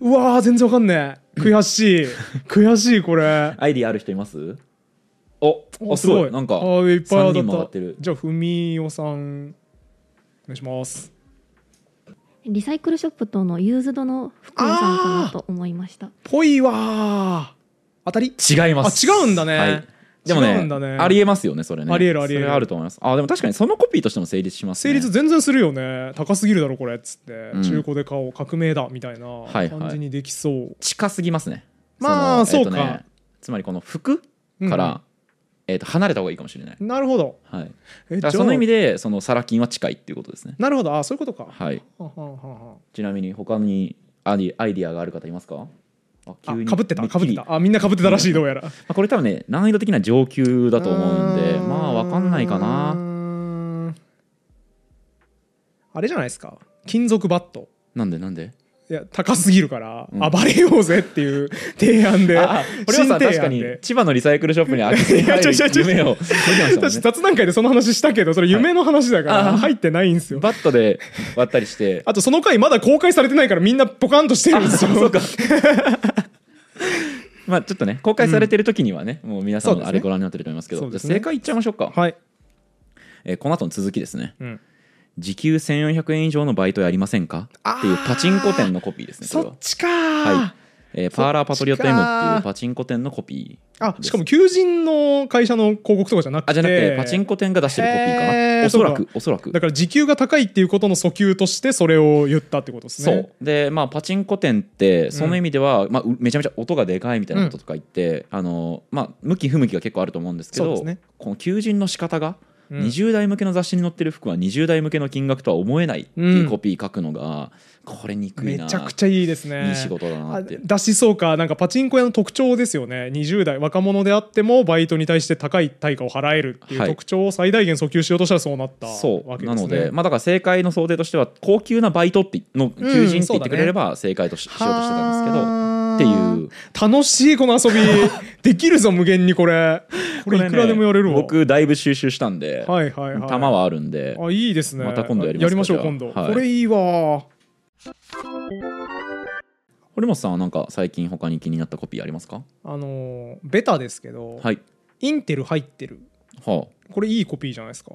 Speaker 1: うわー全然わかんねえ悔 しい悔しいこれ
Speaker 2: アイディアある人いますおお
Speaker 1: あ
Speaker 2: すごいなんか
Speaker 1: あーいっぱい
Speaker 2: 3人
Speaker 1: 当
Speaker 2: も上
Speaker 1: た
Speaker 2: が
Speaker 1: っ
Speaker 2: ってる
Speaker 1: たじゃあふみおさんお願いします
Speaker 6: リサイクルショップとのユーズドの服屋さんかなと思いました。
Speaker 1: ぽいわー当たり
Speaker 2: 違います
Speaker 1: あ違うんだね
Speaker 2: でも
Speaker 1: 違
Speaker 2: ね
Speaker 1: うんだね
Speaker 2: ありえますよねそれね
Speaker 1: ありえるありえる
Speaker 2: それあると思いますあでも確かにそのコピーとしても成立します、ね、
Speaker 1: 成立全然するよね高すぎるだろこれっつって、
Speaker 2: ん
Speaker 1: 中古で買おう革命だみたいない
Speaker 2: はい
Speaker 1: 感じにできそう、
Speaker 2: 近すぎますね
Speaker 1: まあ
Speaker 2: のえっと
Speaker 1: そうか
Speaker 2: つまりこの服から、
Speaker 1: うん
Speaker 2: えっと離れた方がいいかもしれない、
Speaker 1: なるほど
Speaker 2: はい、だ
Speaker 1: え
Speaker 2: から
Speaker 1: じゃあ
Speaker 2: その意味でそのサラ金は近いっていうことですね
Speaker 1: なるほどあそういうことか、
Speaker 2: はい
Speaker 1: はんはんはんはん
Speaker 2: ちなみに他にアイディアアイディアがある方いますかあ
Speaker 1: あかぶってた
Speaker 2: め
Speaker 1: かぶって
Speaker 2: きり
Speaker 1: たあみんなかぶってたらしいどうやら
Speaker 2: まあこれ多分ね難易度的な上級だと思うんで
Speaker 1: ー
Speaker 2: まあわかんないか
Speaker 1: うー
Speaker 2: なん
Speaker 1: あれじゃないですか金属バット
Speaker 2: なんでなんで
Speaker 1: いや高すぎるから、
Speaker 2: ん
Speaker 1: 暴れようぜっていう 提案で
Speaker 2: ああ堀本さん確かに千葉のリサイクルショップに空き巣に入る
Speaker 1: いや違う違う違う
Speaker 2: 夢を見てましたもん
Speaker 1: 私
Speaker 2: ね
Speaker 1: 雑談会でその話したけどそれ夢の話だか
Speaker 2: はいあ
Speaker 1: ら
Speaker 2: ー
Speaker 1: 入ってないんですよ
Speaker 2: バットで割ったりして
Speaker 1: あとその回まだ公開されてないからみんなポカンとしてるんですよ
Speaker 2: そうかまあちょっとね公開されてる時にはね、もう皆さ
Speaker 1: そ
Speaker 2: ん
Speaker 1: うで
Speaker 2: も
Speaker 1: すね
Speaker 2: あれご覧になってると思いますけど
Speaker 1: そうです
Speaker 2: じ
Speaker 1: ね
Speaker 2: ゃあ正解いっちゃいましょうか、
Speaker 1: はい
Speaker 2: えーこの後の続きですね、
Speaker 1: うん
Speaker 2: 時給1400円以上のバイトやりませんかっていうパチンコ店のコピーですねこ
Speaker 1: そ
Speaker 2: れは
Speaker 1: っちか
Speaker 2: はい
Speaker 1: ー、
Speaker 2: えーパーラーパトリオット M
Speaker 1: そっ
Speaker 2: っ
Speaker 1: ち
Speaker 2: て
Speaker 1: か
Speaker 2: いうパチンコ店のコピー
Speaker 1: あ
Speaker 2: です
Speaker 1: しかも求人の会社の広告とかじゃなくて
Speaker 2: あじゃなくてパチンコ店が出してるコピーかな、
Speaker 1: へー
Speaker 2: おそら
Speaker 1: そう
Speaker 2: くおそらく
Speaker 1: だから時給が高いっていうことの訴求としてそれを言ったってことです
Speaker 2: そ
Speaker 1: ね
Speaker 2: うでまあパチンコ店ってその意味では、まあ、うめちゃめちゃ音がでかいみたいなこととか言って、あのまあ、向き不向きが結構あると思うんですけ
Speaker 1: そう
Speaker 2: ど
Speaker 1: ですね
Speaker 2: この求人の仕方が、
Speaker 1: うん
Speaker 2: 20代向けの雑誌に載ってる服は20代向けの金額とは思えないっていうコピー書くのが、これにくい
Speaker 1: め
Speaker 2: な
Speaker 1: ちゃくちゃいいですね
Speaker 2: いい仕事だなって
Speaker 1: あ出しそうかなんかパチンコ屋の特徴ですよね20代若者であってもバイトに対して高い対価を払えるっていう
Speaker 2: はい
Speaker 1: 特徴を最大限訴求しようとしたらそうなった
Speaker 2: そ
Speaker 1: わ
Speaker 2: う
Speaker 1: け
Speaker 2: な
Speaker 1: です
Speaker 2: の
Speaker 1: ね
Speaker 2: で、まあ、だから正解の想定としては高級なバイトっての求人って
Speaker 1: そう
Speaker 2: 言
Speaker 1: だ
Speaker 2: っ
Speaker 1: ね
Speaker 2: てくれれば正解とし,、しようとしてたんですけど。って
Speaker 1: は
Speaker 2: いう
Speaker 1: ー楽しいこの遊びできるぞ無限にこれこれいくらでもやれるわ、
Speaker 2: 僕だいぶ収集したんで、
Speaker 1: はいはいはい
Speaker 2: 弾はあるんで
Speaker 1: あいいですね
Speaker 2: また今度やりますか
Speaker 1: やりましょう
Speaker 2: じゃあ
Speaker 1: 今度、
Speaker 2: はい
Speaker 1: これいいわ
Speaker 2: 堀本さんはなんか最近他に気になったコピーありますか
Speaker 1: あのーベタですけど、
Speaker 2: はい
Speaker 1: インテル入ってる
Speaker 2: はあ
Speaker 1: これいいコピーじゃないですか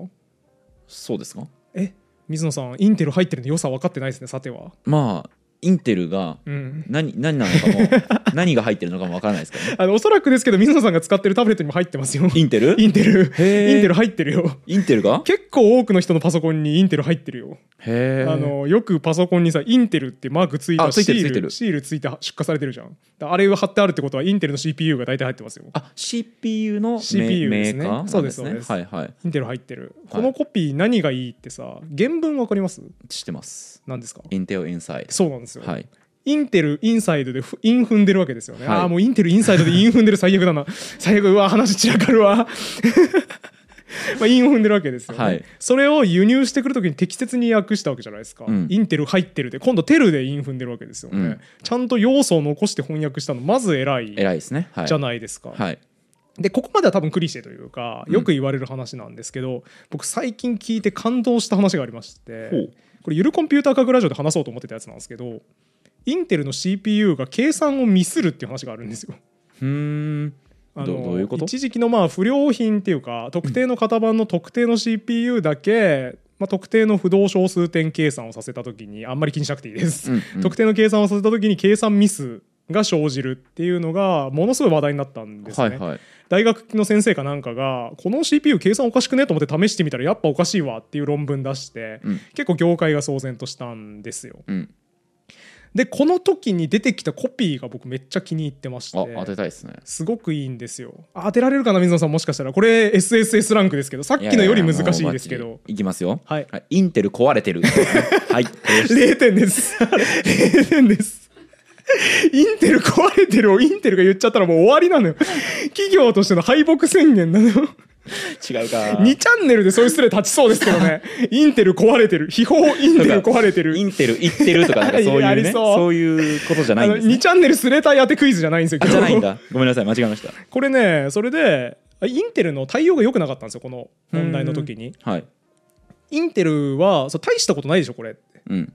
Speaker 2: そうですか
Speaker 1: え水野さんインテル入ってるの良さ分かってないですねさては
Speaker 2: まあインテルが
Speaker 1: うん
Speaker 2: 何何なのかも 何が入ってるのかもわからないですけど、ね、
Speaker 1: あのおそらくですけど水野さんが使ってるタブレットにも入ってますよ
Speaker 2: インテル
Speaker 1: インテルイン
Speaker 2: へー
Speaker 1: テル入ってるよ
Speaker 2: インテルが
Speaker 1: 結構多くの人のパソコンにインテル入ってるよ、
Speaker 2: へえ
Speaker 1: あのよくパソコンにさインテルってマークついた
Speaker 2: あつ
Speaker 1: シ
Speaker 2: いてる
Speaker 1: ー
Speaker 2: ついて
Speaker 1: ル
Speaker 2: る
Speaker 1: シールついて出荷されてるじゃんだあれを貼ってあるってことはインテルの CPU が大体入ってますよ
Speaker 2: あ CPU のメ
Speaker 1: CPU
Speaker 2: メ
Speaker 1: です
Speaker 2: ー
Speaker 1: ね
Speaker 2: カーなん
Speaker 1: そうですそうです
Speaker 2: はいはい
Speaker 1: インテル入ってる、
Speaker 2: い
Speaker 1: このコピー何がいいってさ原文わかります
Speaker 2: 知ってます
Speaker 1: 何ですか
Speaker 2: インテルインサイ
Speaker 1: そうなんですよ、
Speaker 2: はい
Speaker 1: インテルインサイドでふイン踏んでるわけですよね、
Speaker 2: はい
Speaker 1: ああもうインテルインサイドでイン踏んでる最悪だな 最悪うわ話散らかるわ まあイン踏んでるわけですよね、
Speaker 2: はい
Speaker 1: それを輸入してくるときに適切に訳したわけじゃないですか、
Speaker 2: うん
Speaker 1: インテル入ってるで今度テルでイン踏んでるわけですよね、
Speaker 2: うん
Speaker 1: ちゃんと要素を残して翻訳したのまず偉い
Speaker 2: 偉いですねはい
Speaker 1: じゃないですか、
Speaker 2: はい
Speaker 1: でここまでは多分クリシェというかよく言われる話なんですけど、僕最近聞いて感動した話がありまして
Speaker 2: ほう
Speaker 1: これゆるコンピューター科学ラジオで話そうと思ってたやつなんですけどインテルの CPU が計算をミスるっていう話があるんですよ。
Speaker 2: うーん
Speaker 1: あ
Speaker 2: ど
Speaker 1: の
Speaker 2: どういうこと
Speaker 1: 一時期のまあ不良品っていうか特定の型番の特定の CPU だけ、まあ、特定の不動小数点計算をさせた時にあんまり気にしなくていいです、
Speaker 2: うんうん
Speaker 1: 特定の計算をさせた時に計算ミスが生じるっていうのがものすごい話題になったんですね。
Speaker 2: はいはい
Speaker 1: 大学の先生かなんかがこの CPU 計算おかしくねと思って試してみたらやっぱおかしいわっていう論文出して、
Speaker 2: うん
Speaker 1: 結構業界が騒然としたんですよ
Speaker 2: うん
Speaker 1: でこの時に出てきたコピーが僕めっちゃ気に入ってまし
Speaker 2: あ当て
Speaker 1: て
Speaker 2: たいですね
Speaker 1: すごくいいんですよ当てられるかな水野さんもしかしたらこれ SSS ランクですけどさっきのより難しいですけ
Speaker 2: ややもう
Speaker 1: ど
Speaker 2: バッチリいきますよ
Speaker 1: はい
Speaker 2: インテル壊れ てるはい
Speaker 1: 0点です0点ですインテル壊れてるをインテルが言っちゃったらもう終わりなのよ企業としての敗北宣言なのよ
Speaker 2: 違うか
Speaker 1: 2チャンネルでそういうスレ立ちそうですけど ねインテル壊れてる秘宝インテル壊れてる
Speaker 2: インテル行ってるとかなんかそう
Speaker 1: い
Speaker 2: い
Speaker 1: やあ
Speaker 2: う
Speaker 1: り
Speaker 2: ね
Speaker 1: そう
Speaker 2: そういうことじゃないんです
Speaker 1: 2
Speaker 2: ね
Speaker 1: チャンネルスレター当てクイズじゃないんですよ
Speaker 2: あじゃないん
Speaker 1: 今日
Speaker 2: だごめんなさい間違えま し
Speaker 1: これねそれでインテルの対応が良くなかったんですよこの問題の時に
Speaker 2: たはい
Speaker 1: インテルはそう大したことないでしょこれ
Speaker 2: うん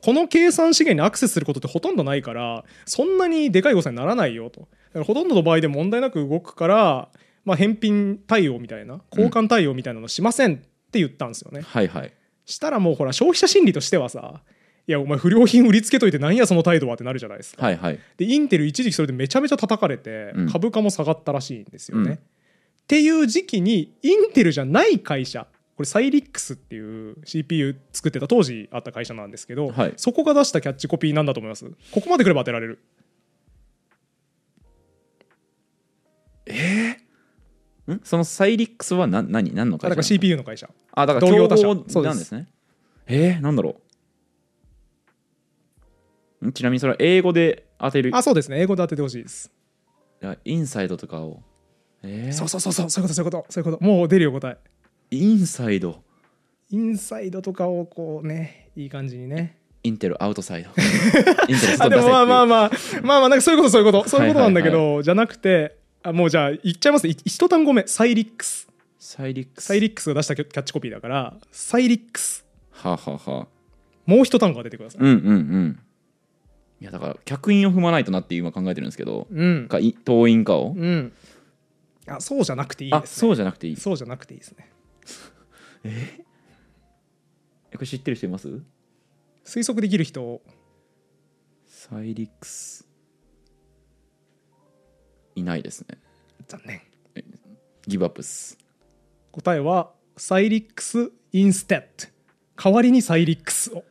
Speaker 1: この計算資源にアクセスすることってほとんどないからそんなにでかい誤差にならないよとだからほとんどの場合で問題なく動くから、まあ、返品対応みたいな交換対応みたいなのしませんって言ったんですよね、
Speaker 2: はいはい
Speaker 1: したらもうほら消費者心理としてはさいやお前不良品売りつけといてなんやその態度はってなるじゃないですか
Speaker 2: はいはい
Speaker 1: でインテル一時期それでめちゃめちゃ叩かれて
Speaker 2: うん
Speaker 1: 株価も下がったらしいんですよね、
Speaker 2: うん
Speaker 1: っていう時期にインテルじゃない会社これサイリックスっていう CPU 作ってた当時あった会社なんですけど、
Speaker 2: はい
Speaker 1: そこが出したキャッチコピーなんだと思いますここまでくれば当てられる
Speaker 2: んそのサイリックスは何何何の
Speaker 1: あだ
Speaker 2: 会
Speaker 1: から
Speaker 2: 社
Speaker 1: CPU の会社
Speaker 2: あだから競合
Speaker 1: 同業他社そうです
Speaker 2: なんですねえー、なんだろうんちなみにそれは英語で当てる
Speaker 1: あそうですね英語で当ててほしいです
Speaker 2: いやインサイドとかをえー、
Speaker 1: そうそうそうそうそういうことそういうことそういうこともう出るよ答え
Speaker 2: インサイド
Speaker 1: インサイドとかをこうねいい感じにね
Speaker 2: インテルアウ トサイドインテル
Speaker 1: あ
Speaker 2: 外
Speaker 1: で
Speaker 2: 出せ
Speaker 1: もまあまあまあまあまあなんかそういうことそういうことそういうことなんだけ
Speaker 2: は
Speaker 1: どじゃなくてあもうじゃあ言っちゃいますい一単語目サイリックス
Speaker 2: サイリックス
Speaker 1: サイリックスが出したキャキャッチコピーだからサイリックス
Speaker 2: はあ、はあはあ、
Speaker 1: もう一単語が出てください
Speaker 2: うんうんうんいやだから客員を踏まないとなって今考えてるんですけど
Speaker 1: うん
Speaker 2: かい党員かを
Speaker 1: うんあそうじゃなくていいです、ね
Speaker 2: あ、そうじゃなくていい
Speaker 1: そうじゃなくていいですね
Speaker 2: えこれ知ってる人います
Speaker 1: 推測できる人
Speaker 2: サイリックスいないですね
Speaker 1: 残念
Speaker 2: ギブアップっす
Speaker 1: 答えはサイリックスインステッド代わりにサイリックスを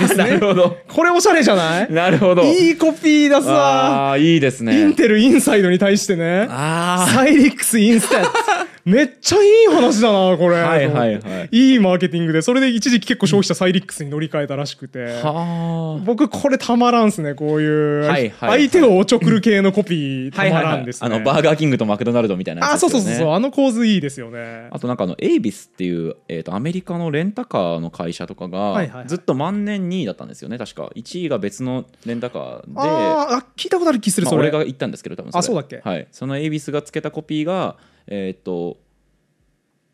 Speaker 1: です
Speaker 2: なる
Speaker 1: ね
Speaker 2: ほど
Speaker 1: これおしゃれじゃない
Speaker 2: なるほど
Speaker 1: いいコピーだすわ
Speaker 2: ああいいです
Speaker 1: イン
Speaker 2: ね
Speaker 1: テルインサイドに対してね
Speaker 2: あ
Speaker 1: サイリックスインス タントめっちゃいい話だなこれ
Speaker 2: あはいはいはい
Speaker 1: いいマーケティングでそれで一時期結構消費者サイリックスに乗り換えたらしくて
Speaker 2: はあ
Speaker 1: 僕これたまらんすねこういう、
Speaker 2: はいはい
Speaker 1: 相手をおちょくる系のコピーた
Speaker 2: はいは
Speaker 1: ま
Speaker 2: いは
Speaker 1: ら
Speaker 2: い
Speaker 1: んです
Speaker 2: あ
Speaker 1: ね、
Speaker 2: のバーガーキングとマクドナルドみたいなやつ
Speaker 1: あ
Speaker 2: です
Speaker 1: そ
Speaker 2: よ
Speaker 1: う
Speaker 2: ね
Speaker 1: そうそうそうあの構図いいですよね
Speaker 2: あとなんかあのエイビスっていう、えー、とアメリカのレンタカーの会社とか
Speaker 1: はいはいは
Speaker 2: が
Speaker 1: い
Speaker 2: ずっと万年2位だったんですよね確か1位が別のレンタカーで
Speaker 1: あーあ聞いたことある気する
Speaker 2: まあ
Speaker 1: それ、
Speaker 2: 俺が言ったんですけど多分れ
Speaker 1: あそうだっけ
Speaker 2: はい、そのエイビスがつけたコピーがえっ、と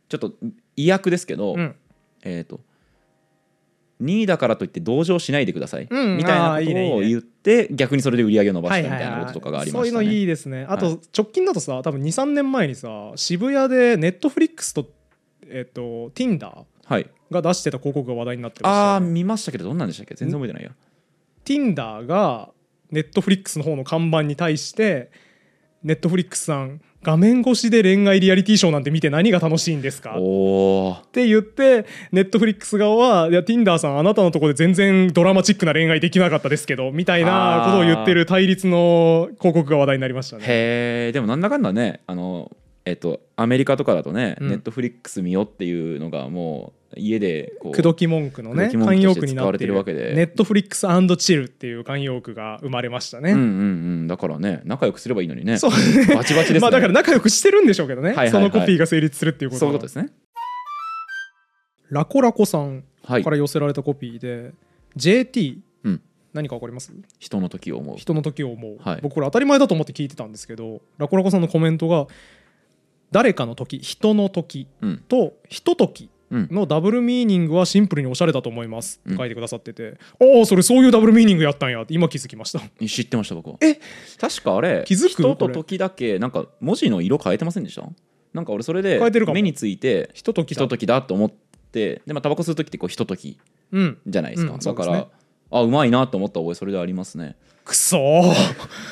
Speaker 2: ちょっと違約ですけど、
Speaker 1: うん
Speaker 2: えっ、と2位だからといって同情しないでください、
Speaker 1: うん
Speaker 2: みたいな
Speaker 1: あーいいねいい
Speaker 2: ことを
Speaker 1: ね
Speaker 2: 言って逆にそれで売り上げを伸ば
Speaker 1: は
Speaker 2: し
Speaker 1: い
Speaker 2: たみ
Speaker 1: は
Speaker 2: たい
Speaker 1: い
Speaker 2: な
Speaker 1: は
Speaker 2: こととかがあ
Speaker 1: い
Speaker 2: り
Speaker 1: そう
Speaker 2: ま
Speaker 1: い
Speaker 2: し
Speaker 1: う
Speaker 2: た
Speaker 1: のい
Speaker 2: ね
Speaker 1: いですねあ
Speaker 2: は
Speaker 1: と直近だとさ多分23年前にさ渋谷でネットフリックスとえっ、と Tinder
Speaker 2: はい
Speaker 1: が出してた広告が話題になってましたよね
Speaker 2: ああ見ましたけどどんなんでしたっけ全然覚えてないや
Speaker 1: Tinder が Netflix の方の看板に対して Netflix さん画面越しで恋愛リアリティショーなんて見て何が楽しいんですかっ
Speaker 2: おお
Speaker 1: て言って Netflix 側はいや Tinder さんあなたのとこで全然ドラマチックな恋愛できなかったですけどみたいなことを言ってる対立の広告が話題になりましたね。
Speaker 2: へえでもなんだかんだねあのえっと、アメリカとかだとね、
Speaker 1: うん
Speaker 2: ネットフリックス見よっていうのがもう家でこ
Speaker 1: 口
Speaker 2: う
Speaker 1: 説き文句のね
Speaker 2: 口説き文句と
Speaker 1: 慣
Speaker 2: して
Speaker 1: 用句になってい
Speaker 2: 使われてるわけで
Speaker 1: ネットフリックスチルっていう慣用句が生まれましたね、
Speaker 2: うんうんうんだからね仲良くすればいいのにね
Speaker 1: そう
Speaker 2: バチバチです ね
Speaker 1: まあだから仲良くしてるんでしょうけどね、
Speaker 2: いはいはい
Speaker 1: そのコピーが成立するっていうこと
Speaker 2: そういう
Speaker 1: は
Speaker 2: ことですね
Speaker 1: ラコラコさん
Speaker 2: はい
Speaker 1: から寄せられたコピーで、JT、
Speaker 2: うん
Speaker 1: 何かわかります
Speaker 2: 人の時を思う
Speaker 1: 人の時を思う、
Speaker 2: はい
Speaker 1: 僕これ当たり前だと思って聞いてたんですけどラコラコさんのコメントが「誰かの時人の時
Speaker 2: うん
Speaker 1: とひと時
Speaker 2: うん
Speaker 1: のダブルミーニングはシンプルにおしゃれだと思います」っ
Speaker 2: うん
Speaker 1: て書いてくださってて「ああそれそういうダブルミーニングやったんや」って今気づきました
Speaker 2: 知ってました僕は
Speaker 1: え
Speaker 2: 確かあれ
Speaker 1: 気づく
Speaker 2: 人
Speaker 1: ことれ
Speaker 2: 時だけなんか文字の色変えてませんでしたなんか俺それで
Speaker 1: 変えてるかも
Speaker 2: 目について
Speaker 1: ひと時
Speaker 2: ひ
Speaker 1: だ
Speaker 2: と時だと思ってでまあタバコ吸う時ってこうひと時
Speaker 1: うん
Speaker 2: じゃないですか、
Speaker 1: うんそ
Speaker 2: だ
Speaker 1: うで
Speaker 2: か
Speaker 1: す
Speaker 2: ら
Speaker 1: ね
Speaker 2: あうまいなと思った覚えそれでありますね
Speaker 1: くそー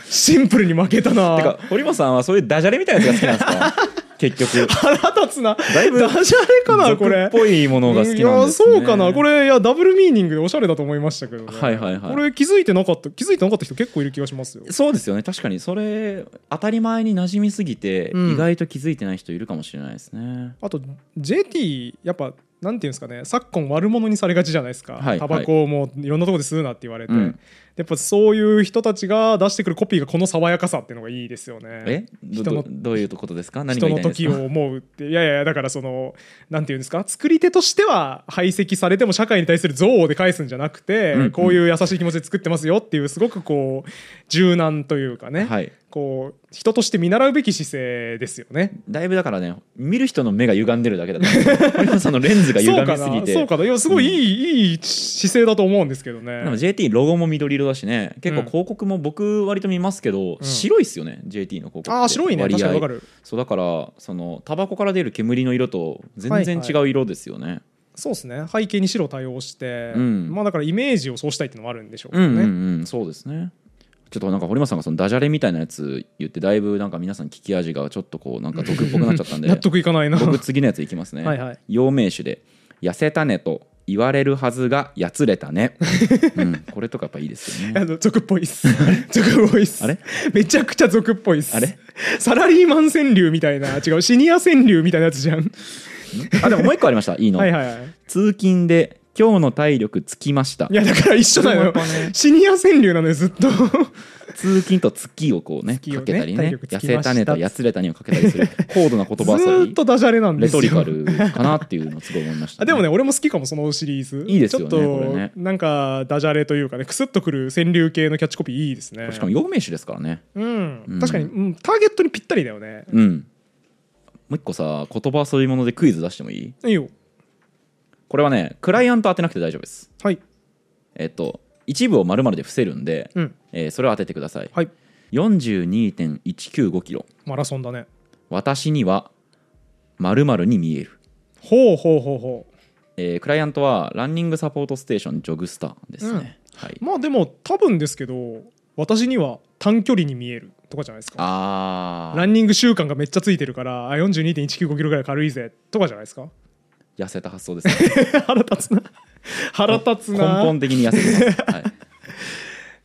Speaker 1: シンプルに負けたな
Speaker 2: てか堀本さんはそういうダジャレみたいなやつが好きなん ですか結 局
Speaker 1: 腹立つな
Speaker 2: だいぶ
Speaker 1: ダジャレかなこ
Speaker 2: 俗
Speaker 1: れ
Speaker 2: っぽいものが好きなんです、ね、
Speaker 1: いやそうかなこれいやダブルミーニングでおしゃれだと思いましたけど、ね
Speaker 2: はいはいはい
Speaker 1: これ気づいてなかった気づいてなかった人結構いる気がしますよ
Speaker 2: そうですよね確かにそれ当たり前に馴染みすぎて、
Speaker 1: うん
Speaker 2: 意外と気づいてない人いるかもしれないですね
Speaker 1: あと JT やっぱなんていうんですかね昨今悪者にされがちじゃないですか、
Speaker 2: はい
Speaker 1: タバコをもういろんなところで吸うなって言われて、
Speaker 2: うん
Speaker 1: やっぱそういう人たちが出してくるコピーがこの爽やかさっていうのがいいですよね
Speaker 2: えど
Speaker 1: 人の
Speaker 2: どどういうことですか何
Speaker 1: 人
Speaker 2: が言い
Speaker 1: の
Speaker 2: たいんです
Speaker 1: 時
Speaker 2: か
Speaker 1: を思うっていやいやだからそのなんていうんですか作り手としては排斥されても社会に対する憎悪で返すんじゃなくて、
Speaker 2: うん
Speaker 1: こういう優しい気持ちで作ってますよっていうすごくこう柔軟というかね、
Speaker 2: はい
Speaker 1: こう人として見習うべき姿勢ですよね。
Speaker 2: だいぶだからね見る人の目が歪んでるだけだと思う堀本さんのレンズが
Speaker 1: そう
Speaker 2: 歪
Speaker 1: か
Speaker 2: み
Speaker 1: な
Speaker 2: すぎて
Speaker 1: そうかないやすごいいい,、いい姿勢だと思うんですけどね
Speaker 2: でも JT ロゴも緑色だしね結構
Speaker 1: うん
Speaker 2: 広告も僕割と見ますけ
Speaker 1: ん
Speaker 2: ど、白いっすよね JT の広告って
Speaker 1: ああ白いね
Speaker 2: 割合
Speaker 1: 確かにわかる
Speaker 2: そうだからそのタバコから出る煙の色と全然違う色ですよね、
Speaker 1: そうですね背景に白を対応して、
Speaker 2: うん
Speaker 1: まあだからイメージをそうしたいっていうのもあるんでしょうけ
Speaker 2: う
Speaker 1: ど
Speaker 2: ん
Speaker 1: ね、
Speaker 2: うんうんそうですねちょっとなんか堀本さんがそのダジャレみたいなやつ言ってだいぶなんか皆さん聞き味がちょっとこうなんか毒っぽくなっちゃったん で
Speaker 1: 納得いかないな
Speaker 2: 僕次のやついきますね
Speaker 1: はいはい
Speaker 2: 陽明酒で「痩せたね」と言われるはずが「やつれ たね」うん、これとかやっぱいいですよ
Speaker 1: あ
Speaker 2: ね
Speaker 1: の俗っぽいっ す俗っぽいっす
Speaker 2: あれ
Speaker 1: めちゃくちゃ俗っぽいっす
Speaker 2: あれ
Speaker 1: サラリーマン川柳みたいな違うシニア川柳みたいなやつじゃん
Speaker 2: あでももう一個ありましたいいの、
Speaker 1: はいはいはい
Speaker 2: 通勤で「今日の体力つきました
Speaker 1: いやだから一緒だ よ、シニア川柳なのよずっと
Speaker 2: 通勤と「月」をこうね
Speaker 1: 月をね
Speaker 2: かけたり
Speaker 1: 体
Speaker 2: ね
Speaker 1: 力つき
Speaker 2: 痩
Speaker 1: ました
Speaker 2: せたね」と「やつれたね」をかけたりする高度な言葉
Speaker 1: ず
Speaker 2: 遊
Speaker 1: ーっ
Speaker 2: び
Speaker 1: とダジャレなんで
Speaker 2: レ
Speaker 1: すよ
Speaker 2: トリカルかなっていうのをすごい思いました、
Speaker 1: あでもね俺も好きかもそのシリーズ
Speaker 2: いいですよね
Speaker 1: ちょ
Speaker 2: これ
Speaker 1: っ
Speaker 2: ね
Speaker 1: となんかダジャレというかねクスッとくる川柳系のキャッチコピーいいですね
Speaker 2: しかも陽明酒ですからね
Speaker 1: うん
Speaker 2: うん
Speaker 1: 確かに、うん、ターゲットにぴったりだよね
Speaker 2: うんもう一個さ言葉遊び物でクイズ出してもいい
Speaker 1: いいよ
Speaker 2: これはねクライアント当てなくて大丈夫です
Speaker 1: はい
Speaker 2: えっと一部を丸々で伏せるんで、
Speaker 1: うん
Speaker 2: えーそれを当ててください、
Speaker 1: はい
Speaker 2: 42.195キロ
Speaker 1: マラソンだね
Speaker 2: 私には丸々に見える、
Speaker 1: ほうほうほうほう
Speaker 2: えークライアントはランニングサポートステーションジョグスターですね、はい
Speaker 1: まあでも多分ですけど私には短距離に見えるとかじゃないですか
Speaker 2: あ
Speaker 1: ランニング習慣がめっちゃついてるからあ42.195キロぐらい軽いぜとかじゃないですか
Speaker 2: ー痩せた発想ですね
Speaker 1: 腹立つな 腹立つ
Speaker 2: 根
Speaker 1: な
Speaker 2: 本的に痩せてます、はい、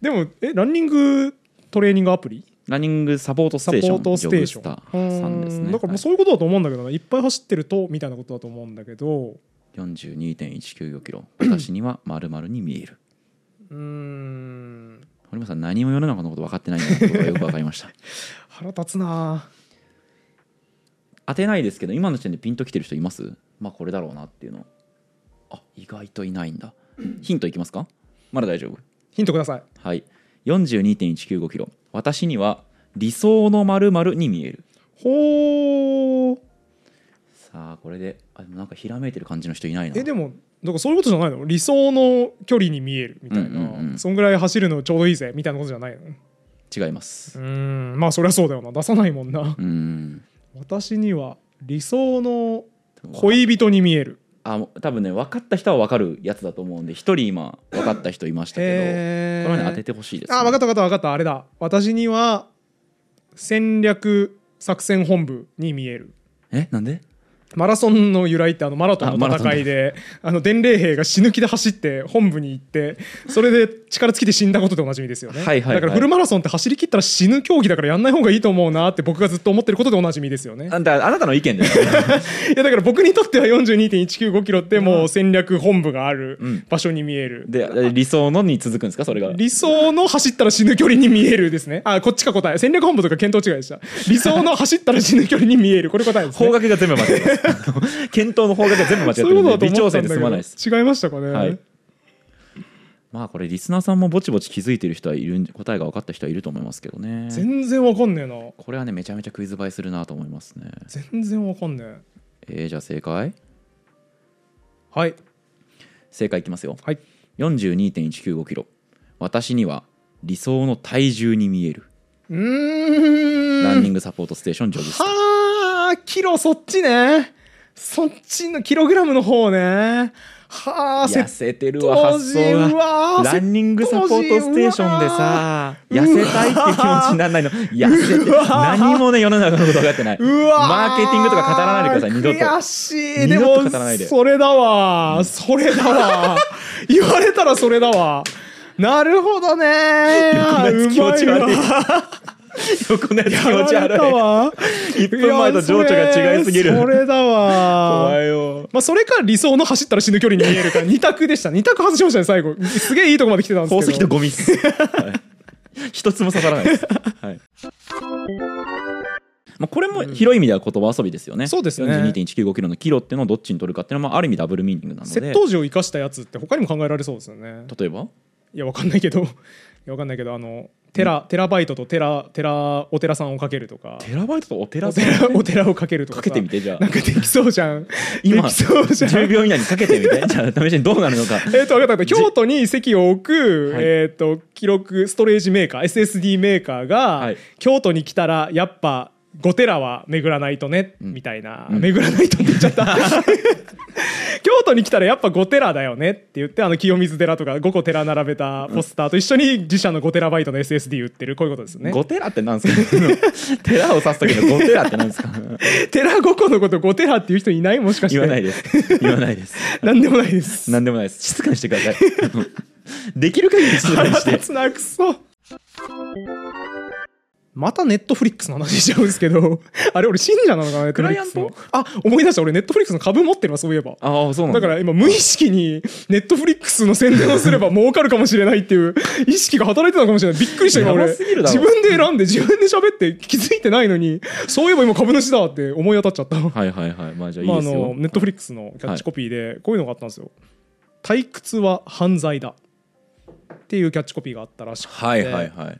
Speaker 1: でもえランニングトレーニングアプリ
Speaker 2: ランニングサポートス
Speaker 1: サ
Speaker 2: テ
Speaker 1: ポ
Speaker 2: ーショ
Speaker 1: ー
Speaker 2: ン
Speaker 1: トステーシ
Speaker 2: ジ
Speaker 1: ョ
Speaker 2: ョ
Speaker 1: ン
Speaker 2: グスターさんです
Speaker 1: う
Speaker 2: ね
Speaker 1: んだからもう
Speaker 2: は
Speaker 1: そういうことだと思うんだけどないっぱい走ってるとみたいなことだと思うんだけど
Speaker 2: い42.195キロ私には丸々に見える
Speaker 1: うーん
Speaker 2: 堀本さん何も世の中のこと分かってないんだなってことがよく分かりました
Speaker 1: 腹立つな
Speaker 2: 当てないですけど今の時点でピンときてる人いますまあこれだろうなっていうのあ意外といないんだヒントいきますかまだ大丈夫
Speaker 1: ヒントください
Speaker 2: はい42.195キロ私には理想の丸々に見える
Speaker 1: ほー
Speaker 2: さあこれであでもなんかひらめいてる感じの人いないな
Speaker 1: えでもだからそういうことじゃないの理想の距離に見えるみたいな、
Speaker 2: うんうんうん
Speaker 1: そんぐらい走るのちょうどいいぜみたいなことじゃないのう
Speaker 2: 違います
Speaker 1: ーんまあそりゃそうだよな出さないもんな
Speaker 2: うーん
Speaker 1: 私には理想の恋人に見える
Speaker 2: あもう多分ね分かった人は分かるやつだと思うんで一人今分かった人いましたけど
Speaker 1: へ
Speaker 2: これはね当ててほしいです、ね、
Speaker 1: あ分かった分かった分かったあれだ私には戦略作戦本部に見える
Speaker 2: えなんで
Speaker 1: マラソンの由来ってあのマラトン
Speaker 2: あ
Speaker 1: の
Speaker 2: マラソン
Speaker 1: 戦いであの伝令兵が死ぬ気で走って本部に行ってそれで力尽きて死んだことでおなじみですよね
Speaker 2: はいはいはい
Speaker 1: だからフルマラソンって走り切ったら死ぬ競技だからやんない方がいいと思うなって僕がずっと思ってることでおなじみですよね
Speaker 2: あんたあなたの意見だよね
Speaker 1: いやだから僕にとっては42.195キロってもう戦略本部がある場所に見える、
Speaker 2: で理想のに続くんですかそ れが
Speaker 1: 理想の走ったら死ぬ距離に見えるですねあこっちか答え戦略本部とか見当違いでした理想の走ったら死ぬ距離に見えるこれ答えです
Speaker 2: 方
Speaker 1: ね
Speaker 2: 角が全部間違ってますあの 検討の方角が全部間違って
Speaker 1: そう
Speaker 2: る
Speaker 1: いうんことだ
Speaker 2: で
Speaker 1: と
Speaker 2: 微
Speaker 1: 思
Speaker 2: 調
Speaker 1: った
Speaker 2: 整
Speaker 1: んだ
Speaker 2: で済
Speaker 1: け
Speaker 2: ま
Speaker 1: ど
Speaker 2: ないです
Speaker 1: 違いましたかね、
Speaker 2: はいまあこれリスナーさんもぼちぼち気づいてる人はいるん答えが分かった人はいると思いますけどね
Speaker 1: 全然わかんねえな
Speaker 2: これはねめちゃめちゃクイズ映えするなと思いますね
Speaker 1: 全然わかんねえ
Speaker 2: えー、じゃあ正解
Speaker 1: はい
Speaker 2: 正解いきますよ
Speaker 1: はい
Speaker 2: 42.195キロ私には理想の体重に見える、
Speaker 1: うーん
Speaker 2: ランニングサポートステーションジョブスタ
Speaker 1: はあキロそっちねそっちのキログラムの方ねはあ
Speaker 2: 痩
Speaker 1: せ
Speaker 2: せてるわ
Speaker 1: 当
Speaker 2: 発
Speaker 1: 時
Speaker 2: 想
Speaker 1: う
Speaker 2: が
Speaker 1: わ
Speaker 2: ランニングサポートステーションでさ痩せたいって気持ちにならないの痩せて
Speaker 1: うわ
Speaker 2: 何もね世の中のこと分かってないう
Speaker 1: わ
Speaker 2: マーケティングとか語らないでください二度と
Speaker 1: 悔しい
Speaker 2: 二
Speaker 1: で
Speaker 2: 度と
Speaker 1: も
Speaker 2: 語らないで
Speaker 1: それだわ、それだ わ言われたらそれだわなるほどね
Speaker 2: なやつ気持ち悪いう
Speaker 1: まいわ
Speaker 2: こんなやつ気
Speaker 1: や
Speaker 2: 持ち
Speaker 1: られた
Speaker 2: 悪い
Speaker 1: わ
Speaker 2: 1分前と情緒が違いすぎ
Speaker 1: やそれそ
Speaker 2: る
Speaker 1: れだわ
Speaker 2: 怖いよ
Speaker 1: まあ、それか理想の走ったら死ぬ距離に見えるか2択でした2択外しましたね最後すげえいいとこまで来てたんですけど
Speaker 2: 宝石とゴミっす、はい一つも刺さらないです、はいまあ、これも広い意味では言葉遊びですよね、
Speaker 1: そうですね
Speaker 2: 42.195キロのキロっていうのをどっちに取るかっていうのは、まあ、ある意味ダブルミーニングなので
Speaker 1: 窃盗時を生かしたやつって他にも考えられそうですよね
Speaker 2: 例えば
Speaker 1: いやわかんないけどい やわかんないけどあのテラテラバイトとテラテラお寺さんをかけるとか
Speaker 2: テラバイトとお寺
Speaker 1: お
Speaker 2: さん
Speaker 1: 寺お寺をかけるとか
Speaker 2: か
Speaker 1: さ
Speaker 2: けてみてじゃあ
Speaker 1: なんかできそうじゃん
Speaker 2: 今
Speaker 1: できそうじゃん
Speaker 2: 10秒以内にかけてみてじゃあ試しにどうなるのか
Speaker 1: えっと分かった分かった京都に席を置く、
Speaker 2: はい
Speaker 1: えっと記録ストレージメーカー SSD メーカーが、
Speaker 2: はい
Speaker 1: 京都に来たらやっぱ5テラは巡らないとね、
Speaker 2: ん
Speaker 1: みたいな、
Speaker 2: うん
Speaker 1: 巡らないとって言っちゃった 京都に来たらやっぱ5テラだよねって言ってあの清水寺とか5個寺並べたポスターと一緒に自社の5テラバイトの SSD 売ってるこういうことですよね
Speaker 2: ゴテラってなんですか寺を指す時のゴテラってなんですか
Speaker 1: 寺5個のこと5テラっていう人いないもしかして
Speaker 2: 言わないです言わないです
Speaker 1: なんでもないです
Speaker 2: なんでもないです静かにして くださいあのできる限り静かに
Speaker 1: 腹
Speaker 2: して
Speaker 1: 立つなくそまたネットフリックスの話しちゃうんですけど あれ俺信者なのかなネットフリックスの
Speaker 2: ク
Speaker 1: あ思い出した俺ネットフリックスの株持ってるわそういえば
Speaker 2: ああそうなん
Speaker 1: だ
Speaker 2: だ
Speaker 1: から今無意識にネットフリックスの宣伝をすれば儲かるかもしれないっていう意識が働いてたのかもしれないびっくりした今
Speaker 2: や
Speaker 1: 俺
Speaker 2: ばすぎるだ
Speaker 1: 自
Speaker 2: ろ
Speaker 1: 分で選んで自分で喋って気づいてないのにそういえば今株主だって思い当たっちゃった
Speaker 2: はいはいはいまあじゃあい
Speaker 1: ま
Speaker 2: い
Speaker 1: あ、あ
Speaker 2: ですよ、
Speaker 1: のネットフリックスのキャッチコピーでこういうのがあったんですよ「退屈は犯罪だ」っていうキャッチコピーがあったらしくて、
Speaker 2: はいはいはい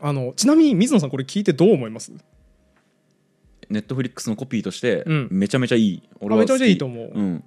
Speaker 1: あのちなみに水野さんこれ聞いてどう思います
Speaker 2: ネットフリックスのコピーとして、
Speaker 1: うん
Speaker 2: めちゃめちゃいい俺は好き
Speaker 1: あめちゃめちゃいいと思う
Speaker 2: うん、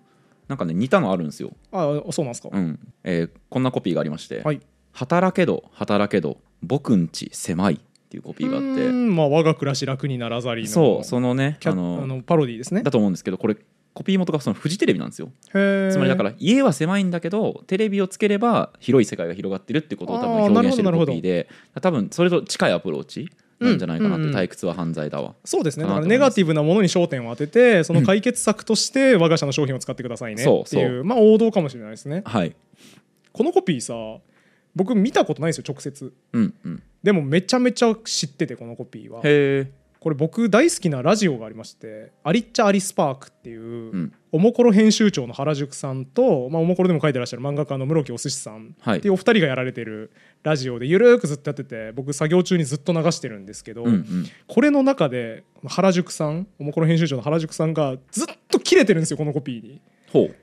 Speaker 2: なんかね似たのあるんですよ、
Speaker 1: あそうなんですか、
Speaker 2: うんえーこんなコピーがありまして、
Speaker 1: はい
Speaker 2: 働けど働けど僕んち狭いっていうコピーがあ
Speaker 1: う
Speaker 2: っ
Speaker 1: ー
Speaker 2: て
Speaker 1: んまあ、我が暮らし楽にならざりの
Speaker 2: そうそのね
Speaker 1: キャ
Speaker 2: あ
Speaker 1: あ
Speaker 2: の
Speaker 1: のパロディーですね
Speaker 2: だと思うんですけどこれコピー元がそのフジテレビなんですよ
Speaker 1: へー
Speaker 2: つまりだから家は狭いんだけどテレビをつければ広い世界が広がってるってことを多分
Speaker 1: あー
Speaker 2: 表現して
Speaker 1: な
Speaker 2: る
Speaker 1: るほ
Speaker 2: コ
Speaker 1: ど
Speaker 2: ピーで多分それと近いアプローチなんじゃないかなって、
Speaker 1: うんうんうん
Speaker 2: 退屈は犯罪だわ
Speaker 1: そうですね
Speaker 2: か
Speaker 1: だ
Speaker 2: な
Speaker 1: から
Speaker 2: と思い
Speaker 1: ネ
Speaker 2: ます
Speaker 1: ガティブなものに焦点を当ててその解決策として我が社の商品を使ってくださいね
Speaker 2: そう
Speaker 1: っ
Speaker 2: そ
Speaker 1: て
Speaker 2: う
Speaker 1: いうまあ王道かもしれないですね
Speaker 2: はい
Speaker 1: このコピーさ僕見たことないですよ直接
Speaker 2: うんうん
Speaker 1: でもめちゃめちゃ知っててこのコピーは
Speaker 2: へえ
Speaker 1: これ僕大好きなラジオがありまして「アリッチャ・アリスパーク」っていう、
Speaker 2: うん
Speaker 1: おもころ編集長の原宿さんと、まあ、おもころでも書いてらっしゃる漫画家の室木おすしさん
Speaker 2: はい
Speaker 1: っていうお二人がやられてるラジオでゆるーくずっとやってて僕作業中にずっと流してるんですけど、
Speaker 2: うんうん
Speaker 1: これの中で原宿さんおもころ編集長の原宿さんがずっと切れてるんですよこのコピーに。
Speaker 2: ほう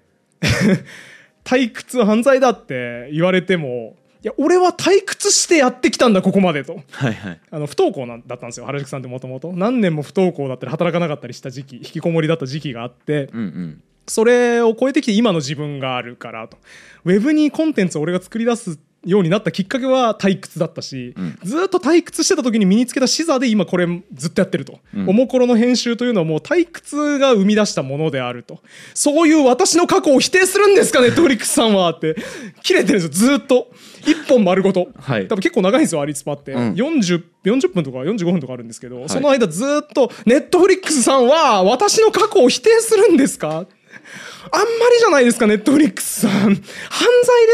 Speaker 1: 退屈犯罪だって言われてもいや俺は退屈してやってきたんだここまでと。
Speaker 2: はいはい
Speaker 1: あの不登校なんだったんですよ原宿さんってもともと何年も不登校だったり働かなかったりした時期引きこもりだった時期があって
Speaker 2: うんうん
Speaker 1: それを超えてきて今の自分があるからとウェブにコンテンツを俺が作り出すようになったきっかけは退屈だったし、
Speaker 2: うん
Speaker 1: ずーっと退屈してた時に身につけた視座で今これずっとやってると、
Speaker 2: うん
Speaker 1: おもころの編集というのはもう退屈が生み出したものであるとそういう私の過去を否定するんですかねトリックスさんはって切れてるんですよずーっと一本丸ごと、
Speaker 2: はい
Speaker 1: 多分結構長いんですよアリツパって、
Speaker 2: うん
Speaker 1: 40, 40分とか45分とかあるんですけど、その間ずーっとネットフリックスさんは私の過去を否定するんですかあんまりじゃないですか、ネットフリックスさん。犯罪で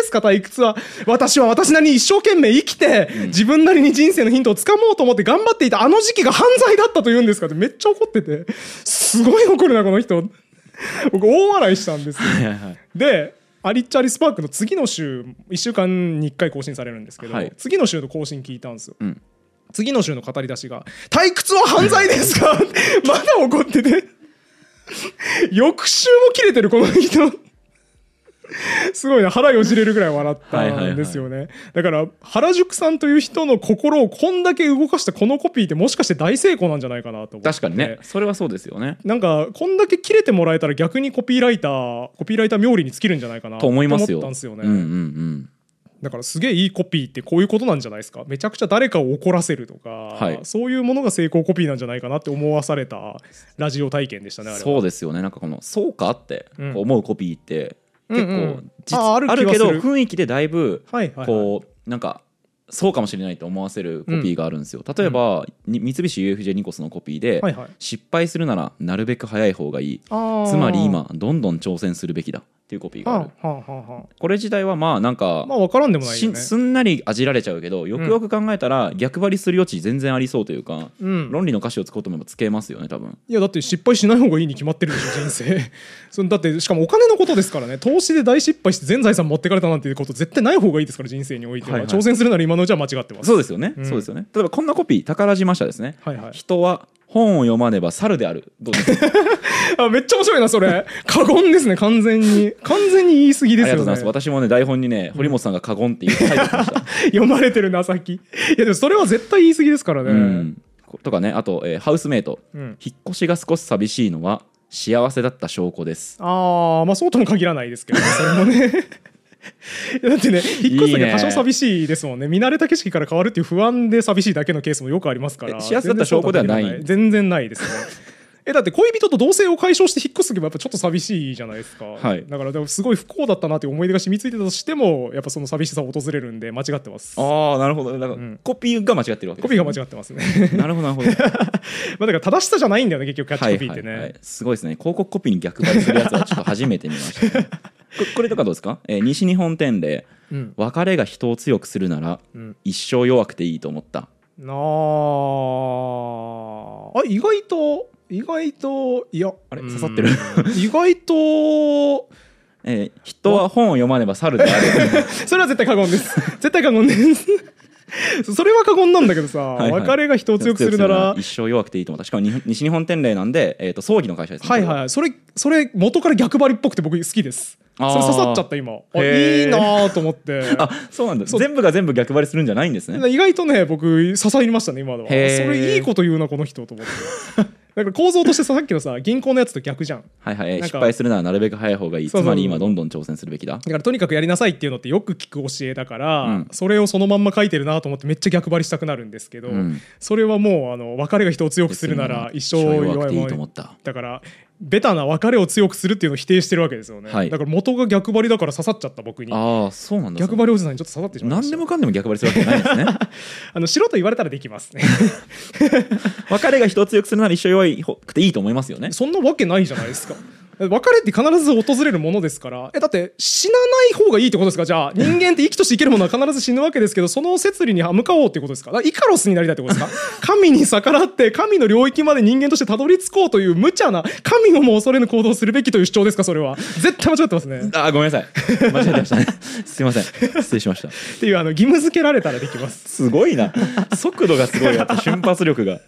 Speaker 1: すか、退屈は。私は私なりに一生懸命生きて、自分なりに人生のヒントをつかもうと思って頑張っていたあの時期が犯罪だったと言うんですかってめっちゃ怒ってて。すごい怒るな、この人。僕、大笑いしたんですよ。
Speaker 2: はいはい
Speaker 1: で、アリッチャリスパークの次の週、1週間に1回更新されるんですけど、
Speaker 2: はい
Speaker 1: 次の週の更新聞いたんですよ。
Speaker 2: うん
Speaker 1: 次の週の語り出しが「退屈は犯罪ですか? 」 まだ怒ってて翌週も切れてるこの人すごいな腹よじれるぐらい笑ったんですよね、だから原宿さんという人の心をこんだけ動かしたこのコピーってもしかして大成功なんじゃないかなと思って
Speaker 2: 確かにねそれはそうですよね
Speaker 1: なんかこんだけ切れてもらえたら逆にコピーライターコピーライター冥利に尽きるんじゃないかな
Speaker 2: と思いますよ
Speaker 1: って思ったんですよね、
Speaker 2: うんうんうん
Speaker 1: だからすげえいいコピーってこういうことなんじゃないですかめちゃくちゃ誰かを怒らせるとか、
Speaker 2: い
Speaker 1: そういうものが成功コピーなんじゃないかなって思わされたラジオ体験でしたねあれは
Speaker 2: そうですよねなんかこの「そうか?」って
Speaker 1: うん
Speaker 2: こう思うコピーって結
Speaker 1: うんう
Speaker 2: 構
Speaker 1: ん
Speaker 2: 実
Speaker 1: ああ
Speaker 2: あ
Speaker 1: る気はす
Speaker 2: る
Speaker 1: る
Speaker 2: けど雰囲気でだいぶ
Speaker 1: はいはい、はい、
Speaker 2: こうなんかそうかもしれないと思わせるコピーがあるんですよ例えばに三菱 UFJ ニコスのコピーで
Speaker 1: はいはい
Speaker 2: 失敗するならなるべく早い方がいい
Speaker 1: あー
Speaker 2: つまり今どんどん挑戦するべきだっていうコピーがある
Speaker 1: はあ、はあはあは
Speaker 2: これ自体はまあなん
Speaker 1: あ、
Speaker 2: か
Speaker 1: まあ分からんでもない
Speaker 2: し
Speaker 1: よ
Speaker 2: ん
Speaker 1: ね
Speaker 2: すんなり味られちゃうけどよくよく考えたら逆張りする余地全然ありそうというか
Speaker 1: うん、
Speaker 2: 論理の歌詞を使おうと思えばつけますよね多分
Speaker 1: いやだって失敗しない方がいいに決まってるでしょ人生 そのだってしかもお金のことですからね投資で大失敗して全財産持ってかれたなんていうこと絶対ない方がいいですから人生においては、
Speaker 2: はいはい
Speaker 1: 挑戦するなら今のうちは間違ってます
Speaker 2: そうですよね
Speaker 1: うん
Speaker 2: そうですよね例えばこんなコピー宝島社ですね
Speaker 1: はいはい
Speaker 2: 人は本を読まねば猿であるどうですか あ
Speaker 1: あめっちゃ面白いなそれ過言ですね完全に完全に言い過ぎ
Speaker 2: り
Speaker 1: で
Speaker 2: が
Speaker 1: す
Speaker 2: と
Speaker 1: よ
Speaker 2: うございます
Speaker 1: ね
Speaker 2: 私もね台本にね堀本さんが過言って言って書いてきました
Speaker 1: 読まれてるな先いやでもそれは絶対言い過ぎですからね、
Speaker 2: うんことかねあと、えーハウスメイト
Speaker 1: うん
Speaker 2: 引っ越しが少し寂しいのは幸せだった証拠です
Speaker 1: ああまあそうとも限らないですけどねそれもね いやだってね引っ越すだけ多少寂しいですもんね見慣れた景色から変わるっていう不安で寂しいだけのケースもよくありますから
Speaker 2: え幸せだった証拠ではない
Speaker 1: 全然そうとも限ら全然ない ですねえだって恋人と同棲を解消して引っ越す時もやっぱちょっと寂しいじゃないですか、
Speaker 2: はい
Speaker 1: だからでもすごい不幸だったなっていう思い出が染みついてたとしてもやっぱその寂しさを訪れるんで間違ってますコ
Speaker 2: ああなるほどだから、
Speaker 1: うん
Speaker 2: コピーが間違ってるわけ
Speaker 1: ピーが間
Speaker 2: 違
Speaker 1: 違ってますね
Speaker 2: なるほどなるほど
Speaker 1: まあだから正しさじゃないんだよね結局キャッチコピーってね、
Speaker 2: はいはいはい、すごいですね広告コピーに逆張りするやつはちょっと初めて見ました ね、ここれとかどうですか、えー西日本店で
Speaker 1: うん
Speaker 2: 別れが人を強くするなら
Speaker 1: うん
Speaker 2: 一生弱くていいと思った
Speaker 1: なああ意外と意外といや
Speaker 2: あれ
Speaker 1: うん
Speaker 2: 刺さ ってる
Speaker 1: 意外と
Speaker 2: えー人は本を読まねば猿である
Speaker 1: それは絶対過言 です絶対過言ですそれは過言なんだけどさ、
Speaker 2: いはい
Speaker 1: 別れが人を強くするなら
Speaker 2: 一生弱くていいと思ったしかもに西日本店例なんで、えー、と葬儀の会社ですね
Speaker 1: はいはいそれそれ元から逆張りっぽくて僕好きですそ
Speaker 2: あー
Speaker 1: れ刺さっちゃった今あ
Speaker 2: へー
Speaker 1: いいなーと思って
Speaker 2: あそうなんだ
Speaker 1: そう
Speaker 2: 全部が全部逆張りするんじゃないんですね
Speaker 1: 意外とね僕刺さりましたね今のはそ
Speaker 2: へー
Speaker 1: れいいこと言うなこの人と思ってだから構造としてささっきのさ銀行のやつと逆じゃん
Speaker 2: はいはい
Speaker 1: な
Speaker 2: えー
Speaker 1: んか
Speaker 2: 失敗するならなるべく早い方がいいつ
Speaker 1: そうそう
Speaker 2: まり今どんどん挑戦するべきだ
Speaker 1: だからとにかくやりなさいっていうのってよく聞く教えだから、
Speaker 2: うん
Speaker 1: それをそのまんま書いてるなと思ってめっちゃ逆張りしたくなるんですけど、
Speaker 2: うん
Speaker 1: それはもうあの別れが人を強くするなら一生
Speaker 2: 弱
Speaker 1: 弱
Speaker 2: く
Speaker 1: い
Speaker 2: ていい
Speaker 1: も
Speaker 2: と思
Speaker 1: の
Speaker 2: った
Speaker 1: だからベタな別れを強くするっていうのを否定してるわけですよね、
Speaker 2: はい
Speaker 1: だから元が逆張りだから刺さっちゃった僕に
Speaker 2: ああそうなんだ
Speaker 1: 逆張りおじさんにちょっと刺さってしまいま
Speaker 2: 何
Speaker 1: した
Speaker 2: でもかんでも逆張りするわけじゃないんですね
Speaker 1: あの白と言われたらできますね
Speaker 2: 別れが人を強くするなら一生弱いくていいと思います よね
Speaker 1: そんなわけないじゃないですか 別れって必ず訪れるものですからえだって死なない方がいいってことですかじゃあ人間って生きとして生きるものは必ず死ぬわけですけどその摂理に歯向かおうってことですかだからイカロスになりたいってこと ですか神に逆らって神の領域まで人間としてたどり着こうという無茶な神をも恐れぬ行動をするべきという主張ですかそれは絶対間違ってますね
Speaker 2: あーごめんなさい間違えてましたねすいません失礼しました
Speaker 1: っていうあの義務付けられたらできます
Speaker 2: すごいな速度がすごい あと瞬発力が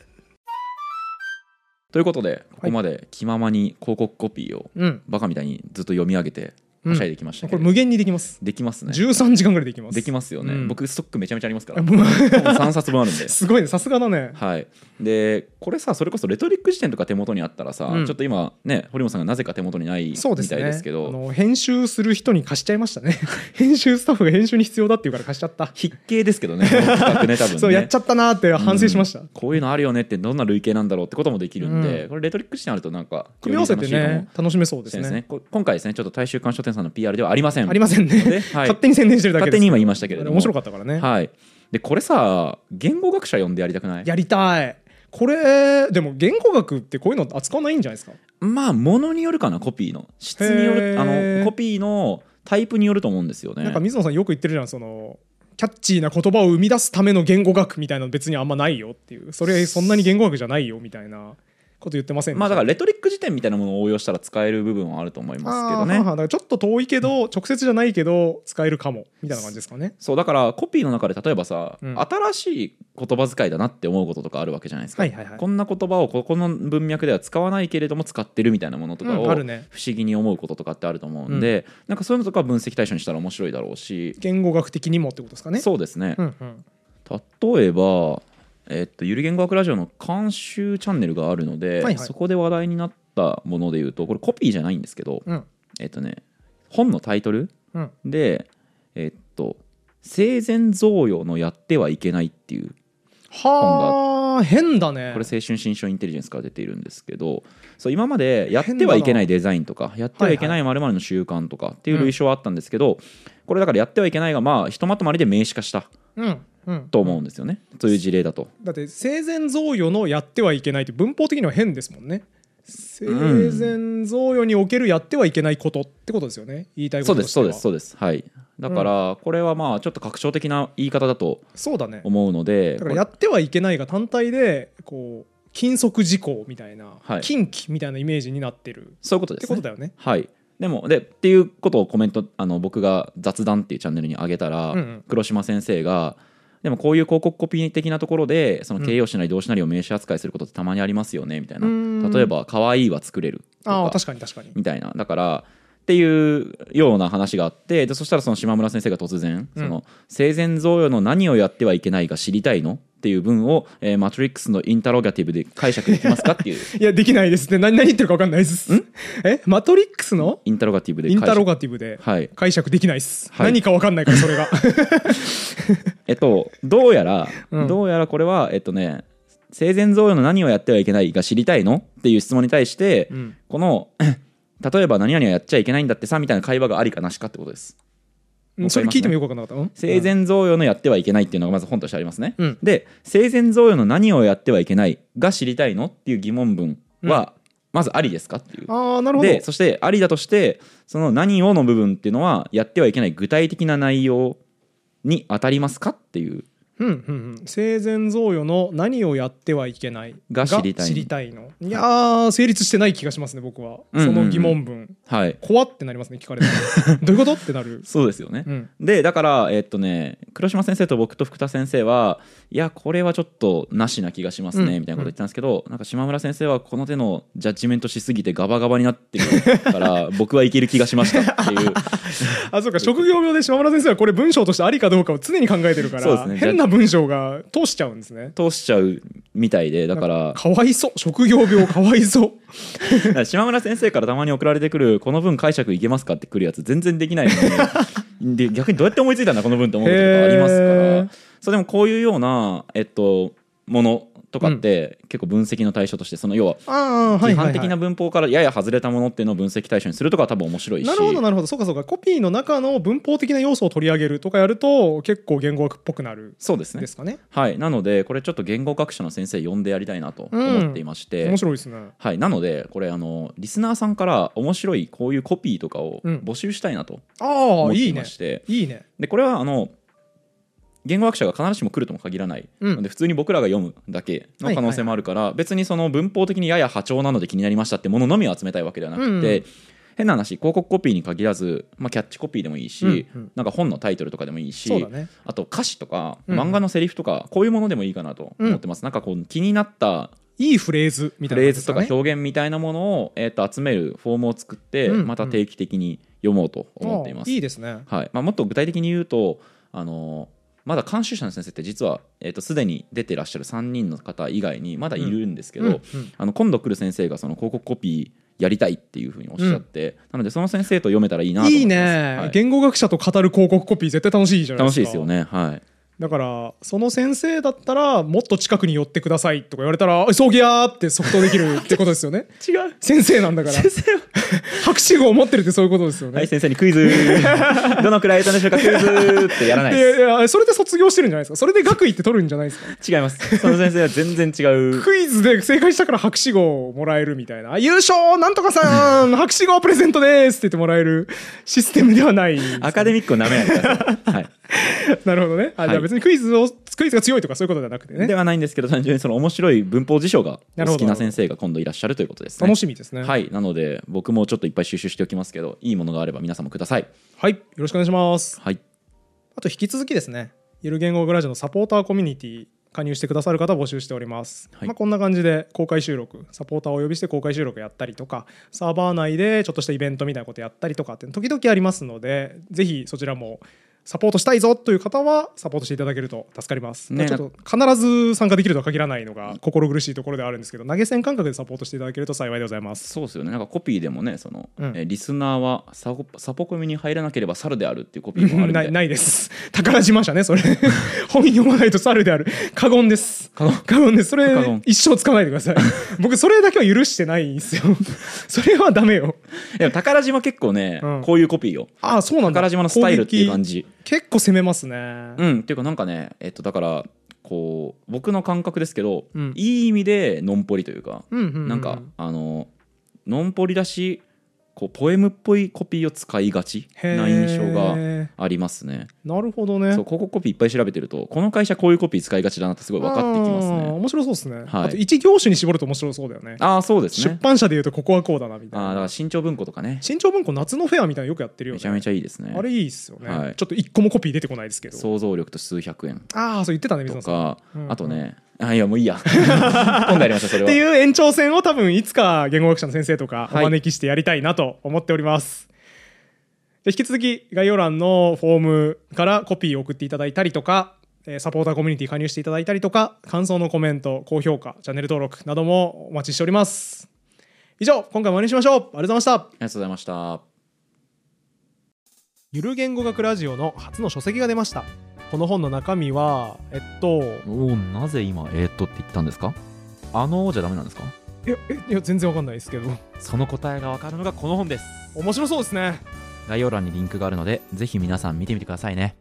Speaker 2: ということでここまで気ままに広告コピーを
Speaker 1: うん
Speaker 2: バカみたいにずっと読み上げてはしゃいできました
Speaker 1: こ
Speaker 2: け
Speaker 1: れ
Speaker 2: ど、
Speaker 1: 無限にできます
Speaker 2: できますね
Speaker 1: 13時間ぐらいできます
Speaker 2: できますよね、
Speaker 1: うん
Speaker 2: 僕ストックめちゃめちゃありますから
Speaker 1: もう
Speaker 2: 3冊分あるんで
Speaker 1: すごいねさすがだね
Speaker 2: はい、でこれさそれこそレトリック辞典とか手元にあったらさ、
Speaker 1: うん
Speaker 2: ちょっと今ね堀本さんがなぜか手元にないみた
Speaker 1: そう
Speaker 2: い
Speaker 1: で
Speaker 2: です
Speaker 1: ね
Speaker 2: すけど
Speaker 1: あの編集する人に貸しちゃいましたね 編集スタッフが編集に必要だっていうから貸しちゃった
Speaker 2: 筆形ですけどねこの企画ね多分ね
Speaker 1: そうやっちゃったなーって反省しました、
Speaker 2: うんこういうのあるよねってどんな類型なんだろうってこともできるんで、
Speaker 1: うん
Speaker 2: これレトリック辞典あるとなんか
Speaker 1: 組み合わせて
Speaker 2: より楽しいかも
Speaker 1: ね楽しめそうで
Speaker 2: し
Speaker 1: す
Speaker 2: れ
Speaker 1: ね
Speaker 2: ないですねこ今回ですねちょっと大衆館書店さんの PR ではありません
Speaker 1: ありませんね、
Speaker 2: のではい
Speaker 1: 勝手に宣伝してるだけです
Speaker 2: 勝手に今言いましたけれども
Speaker 1: 面白かったからね、
Speaker 2: はいでこれさ言語学者呼んでやりたくない
Speaker 1: やりたいこれでも言語学ってこういうの扱わないんじゃないですか
Speaker 2: まあものによるかなコピーの質によ
Speaker 1: へ
Speaker 2: るあ
Speaker 1: ー
Speaker 2: のコピーのタイプによると思うんですよね
Speaker 1: なんか水野さんよく言ってるじゃんそのキャッチーな言葉を生み出すための言語学みたいなの別にあんまないよっていうそれそんなに言語学じゃないよみたいなこと言ってませんでした
Speaker 2: まあだからレトリック辞典みたいなものを応用したら使える部分はあると思いますけど
Speaker 1: あーはんはん
Speaker 2: ね
Speaker 1: だからちょっと遠いけど直接じゃないけど使えるかもみたいな感じですかね
Speaker 2: そうだからコピーの中で例えばさ、
Speaker 1: うん
Speaker 2: 新しい言葉遣いだなって思うこととかあるわけじゃないですか、
Speaker 1: はいはいはい
Speaker 2: こんな言葉をここの文脈では使わないけれども使ってるみたいなものとか
Speaker 1: うん
Speaker 2: を
Speaker 1: あるね
Speaker 2: 不思議に思うこととかってあると思うんで、なんかそういうのとかは分析対象にしたら面白いだろうし、
Speaker 1: 言語学的にもってことですかね
Speaker 2: そうですね、
Speaker 1: うんうん
Speaker 2: 例えば、えっと、ゆる言語学ラジオの監修チャンネルがあるので、
Speaker 1: はいはい
Speaker 2: そこで話題になったものでいうとこれコピーじゃないんですけど、
Speaker 1: うん
Speaker 2: えっとね本のタイトル
Speaker 1: うん
Speaker 2: で、えっと「生前贈与のやってはいけない」っていう
Speaker 1: はあ変だね
Speaker 2: これ青春新書インテリジェンスから出ているんですけどそう今までやってはいけないデザインとかやってはいけないまるの習慣とかっていう類称はあったんですけど、これだからやってはいけないがまあひとまとまりで名詞化した
Speaker 1: うんうん
Speaker 2: と思うんですよね、そういう事例だと。
Speaker 1: だって生前贈与のやってはいけないって文法的には変ですもんね生前贈与におけるやってはいけないことってことですよね言いたいこ
Speaker 2: そう
Speaker 1: と
Speaker 2: で
Speaker 1: と
Speaker 2: す
Speaker 1: して
Speaker 2: そう
Speaker 1: は
Speaker 2: ですそうですはいだからこれはまあちょっと拡張的な言い方だと
Speaker 1: そうだね
Speaker 2: 思うので
Speaker 1: だからやってはいけないが単体でこう禁則事項みたいな、
Speaker 2: はい
Speaker 1: 禁忌みたいなイメージになってる
Speaker 2: そういうこと
Speaker 1: っ
Speaker 2: で
Speaker 1: て
Speaker 2: す、
Speaker 1: こ
Speaker 2: ね
Speaker 1: と、だよね
Speaker 2: はいでもでっていうことをコメントあの僕が「雑談」っていうチャンネルに上げたら、
Speaker 1: うんうん
Speaker 2: 黒島先生が「でもこういう広告コピー的なところでその形容詞なり動詞なりを名詞扱いすることってたまにありますよね」みたいな
Speaker 1: うん
Speaker 2: 例えば「可愛いは作れる」と
Speaker 1: ああ
Speaker 2: か
Speaker 1: 確かに確かに
Speaker 2: みたいなだからっていうような話があってでそしたらその島村先生が突然
Speaker 1: う
Speaker 2: 「
Speaker 1: ん
Speaker 2: その生前贈与の何をやってはいけないが知りたいの?」っていう文を、えーマトリックスのインタロガティブで解釈できます かっていう
Speaker 1: いやできないですね何何 言ってるか分かんないですえマトリックスの
Speaker 2: インタロガティブで
Speaker 1: イ
Speaker 2: 解
Speaker 1: ン
Speaker 2: 釈
Speaker 1: タロガティブで
Speaker 2: はい
Speaker 1: 解釈できないです、
Speaker 2: はい
Speaker 1: 何か分かんないからそれが
Speaker 2: えっと、どうやら、
Speaker 1: うん
Speaker 2: どうやらこれは、えっとね、生前贈与の何をやってはいけないが知りたいのって いう質問に対して、
Speaker 1: うん
Speaker 2: この、 例えば何々はやっちゃいけないんだってさみたいな会話がありかなしかってことです。
Speaker 1: うんそれ聞いてもよく分かんなかった、うん
Speaker 2: 生前贈与のやってはいけないっていうのがまず本としてありますね。
Speaker 1: うん
Speaker 2: で、生前贈与の何をやってはいけないが知りたいのっていう疑問文は、まずありですかっていう。
Speaker 1: ああなるほど
Speaker 2: でそしてありだとしてその何をの部分っていうのはやってはいけない具体的な内容に当たりますかっていう
Speaker 1: うんうんうん、生前贈与の何をやってはいけない
Speaker 2: が知りたいの
Speaker 1: のいやー成立してない気がしますね僕は、
Speaker 2: うんうんうん
Speaker 1: その疑問文
Speaker 2: はい
Speaker 1: 怖ってなりますね聞かれた らどういうことってなる、
Speaker 2: そうですよね、
Speaker 1: うん、
Speaker 2: でだからえっとね黒島先生と僕と福田先生はいやこれはちょっとなしな気がしますね、
Speaker 1: うん
Speaker 2: みたいなこと言ってたんですけど、なんか島村先生はこの手のジャッジメントしすぎてガバガバになってるから僕はいける気がしましたっていう
Speaker 1: あそうか職業病で島村先生はこれ文章としてありかどうかを常に考えてるから
Speaker 2: そうですね
Speaker 1: 変な文章が通しちゃうんですね
Speaker 2: 通しちゃうみたいでだから
Speaker 1: かわいそう職業病かわいそう
Speaker 2: だから島村先生からたまに送られてくるこの文解釈いけますかってくるやつ全然できな いのでで逆にどうやって思いついたんだこの文って思うこととかありますか
Speaker 1: へ
Speaker 2: ら
Speaker 1: ー
Speaker 2: そうでもこういうような、えっと、ものとかって、結構分析の対象としてその要は
Speaker 1: ああはい
Speaker 2: 批
Speaker 1: はい、
Speaker 2: 判
Speaker 1: は
Speaker 2: 的
Speaker 1: い
Speaker 2: な、文法からやや外れたものっていうのを分析対象にするとかは多分面白いし
Speaker 1: なるほどなるほどそうかそうかコピーの中の文法的な要素を取り上げるとかやると結構言語学っぽくなる
Speaker 2: そうですね
Speaker 1: ですかね
Speaker 2: はいなのでこれちょっと言語学者の先生呼んでやりたいなと思っていまして、
Speaker 1: 面白いですね
Speaker 2: はい、なのでこれあのリスナーさんから面白いこういうコピーとかを
Speaker 1: うん
Speaker 2: 募集したいなと
Speaker 1: あ
Speaker 2: 思
Speaker 1: あ
Speaker 2: って
Speaker 1: い
Speaker 2: い
Speaker 1: いね
Speaker 2: まして、
Speaker 1: いいね
Speaker 2: でこれはあの言語学者が必ずしも来るとも限らない、
Speaker 1: うん
Speaker 2: ので普通に僕らが読むだけの可能性もあるから、別にその文法的にやや波長なので気になりましたってもののみを集めたいわけではなくて、
Speaker 1: う
Speaker 2: 変な話広告コピーに限らず、まあ、キャッチコピーでもいいし、
Speaker 1: うんうん
Speaker 2: なんか本のタイトルとかでもいいし、
Speaker 1: そうだね
Speaker 2: あと歌詞とか
Speaker 1: うん
Speaker 2: 漫画のセリフとかこういうものでもいいかなと思ってます、なんかこう気になった
Speaker 1: いいフレーズみた
Speaker 2: フ
Speaker 1: いな感じで
Speaker 2: レーズ
Speaker 1: す
Speaker 2: と
Speaker 1: ね
Speaker 2: か表現みたいなものを、えー、と集めるフォームを作って、
Speaker 1: うん
Speaker 2: また定期的に読もうと思っています。
Speaker 1: いいですね
Speaker 2: はいまあ、もっと具体的に言うとあのまだ監修者の先生って実はえーとすで、に出てらっしゃる3人の方以外にまだいるんですけど、
Speaker 1: うんうん
Speaker 2: あの今度来る先生がその広告コピーやりたいっていうふうにおっしゃって、なのでその先生と読めたらいいなと思
Speaker 1: いい
Speaker 2: ってます
Speaker 1: ね、
Speaker 2: はい
Speaker 1: 言語学者と語る広告コピー絶対楽しいじゃないで
Speaker 2: 楽
Speaker 1: す
Speaker 2: し
Speaker 1: か
Speaker 2: いですよねはい
Speaker 1: だからその先生だったらもっと近くに寄ってくださいとか言われたら「葬儀屋!」って即答できるってことですよね
Speaker 2: 違う
Speaker 1: 先生なんだから
Speaker 2: 先生は
Speaker 1: 博士号を持ってるってそういうことですよね、
Speaker 2: はい先生にクイズ どのくらいやったんでしょうかクイズってやらない
Speaker 1: い
Speaker 2: で
Speaker 1: やいやそれで卒業してるんじゃないですかそれで学位って取るんじゃないですか
Speaker 2: す違いますその先生は全然違 う
Speaker 1: クイズで正解したから博士号をもらえるみたいな優勝なんとかさ ん博士号プレゼントですって言ってもらえるシステムでは ないですね
Speaker 2: アカデミックをなめないでください、はい
Speaker 1: なるほどねあ、じゃ
Speaker 2: は
Speaker 1: あ
Speaker 2: い
Speaker 1: 別にクイズをクイズが強いとかそういうことではなくてね
Speaker 2: ではないんですけど単純にその面白い文法辞書が
Speaker 1: なるほ
Speaker 2: お
Speaker 1: ど
Speaker 2: 好きな先生が今度いらっしゃるということですね
Speaker 1: 楽しみですね
Speaker 2: はいなので僕もちょっといっぱい収集しておきますけどいいものがあれば皆さんもください
Speaker 1: はいよろしくお願いします
Speaker 2: はい
Speaker 1: あと引き続きですね、ゆる言語グラジオのサポーターコミュニティ加入してくださる方を募集しております。
Speaker 2: はい
Speaker 1: まあこんな感じで公開収録、サポーターをお呼びして公開収録やったりとか、サーバー内でちょっとしたイベントみたいなことやったりとかって時々ありますので、ぜひそちらもサポートしたいぞという方はサポートしていただけると助かります。
Speaker 2: ね
Speaker 1: ちょっと必ず参加できるとは限らないのが心苦しいところではあるんですけど、投げ銭感覚でサポートしていただけると幸いでございます。
Speaker 2: そうですよねなんかコピーでもねその、
Speaker 1: うん
Speaker 2: えーリスナーはサポサポコミに入らなければ猿であるっていうコピーもあるみた
Speaker 1: ないいないです。宝島社ね、それ。 本読まないと猿である。過言です。
Speaker 2: 過言
Speaker 1: 過言です。それ
Speaker 2: 過言、
Speaker 1: 一生使わないでください。僕、それだけは許してないんですよ。 それはダメよ。
Speaker 2: でも宝島結構ね、
Speaker 1: うん
Speaker 2: こういうコピーよ
Speaker 1: ああ、そうなんだ。
Speaker 2: 宝島のスタイルっていう感じ
Speaker 1: 攻撃。結構攻めますね。
Speaker 2: うんっていうかなんかねえっとだからこう僕の感覚ですけど、
Speaker 1: うん
Speaker 2: いい意味でのんぽりというか、
Speaker 1: うんうんうん
Speaker 2: なんかあののんぽりだしこうポエムっぽいコピーを使いがち
Speaker 1: へー
Speaker 2: な印象がありますね
Speaker 1: なるほどね。
Speaker 2: そうここコピーいっぱい調べてるとこの会社こういうコピー使いがちだなってすごい分かってきます
Speaker 1: あー
Speaker 2: ね
Speaker 1: 面白そうですね。
Speaker 2: はい
Speaker 1: あと、一業種に絞ると面白そうだよね。
Speaker 2: ああーそうです
Speaker 1: 出
Speaker 2: ね
Speaker 1: 版社でいうと、ここはこうだな、みた
Speaker 2: あ
Speaker 1: い
Speaker 2: ーだから
Speaker 1: な。
Speaker 2: 新潮文庫とかね
Speaker 1: 新潮文庫夏のフェアみたいなのよくやってるよね。
Speaker 2: めちゃめちゃいいですね
Speaker 1: あれいいっすよね。
Speaker 2: はい
Speaker 1: ちょっと一個もコピー出てこないですけど。
Speaker 2: 想像力と数百円
Speaker 1: ああ、そう言ってたね、水
Speaker 2: と
Speaker 1: 野さん。
Speaker 2: か
Speaker 1: うん
Speaker 2: あとねあいやもう いいや今度やりましょうそれ
Speaker 1: っ
Speaker 2: は
Speaker 1: ていう延長戦を多分いつか言語学者の先生とかお
Speaker 2: はい
Speaker 1: 招きしてやりたいなと思っております。で引き続き概要欄のフォームからコピーを送っていただいたりとか、えーサポーターコミュニティ加入していただいたりとか、感想のコメント、高評価、チャンネル登録などもお待ちしております。以上、今回も終わりにしましょう。ありがとうございました。
Speaker 2: ありがとうございました
Speaker 1: ゆる言語学ラジオの初の書籍が出ました。この本の中身は、えっと、
Speaker 2: おおなぜ今えー、っとって言ったんですかあのーじゃダメなんですか
Speaker 1: いや、えいや全然わかんないですけど、
Speaker 2: その答えがわかるのがこの本です
Speaker 1: 面白そうですね。
Speaker 2: 概要欄にリンクがあるのでぜひ皆さん見てみてくださいね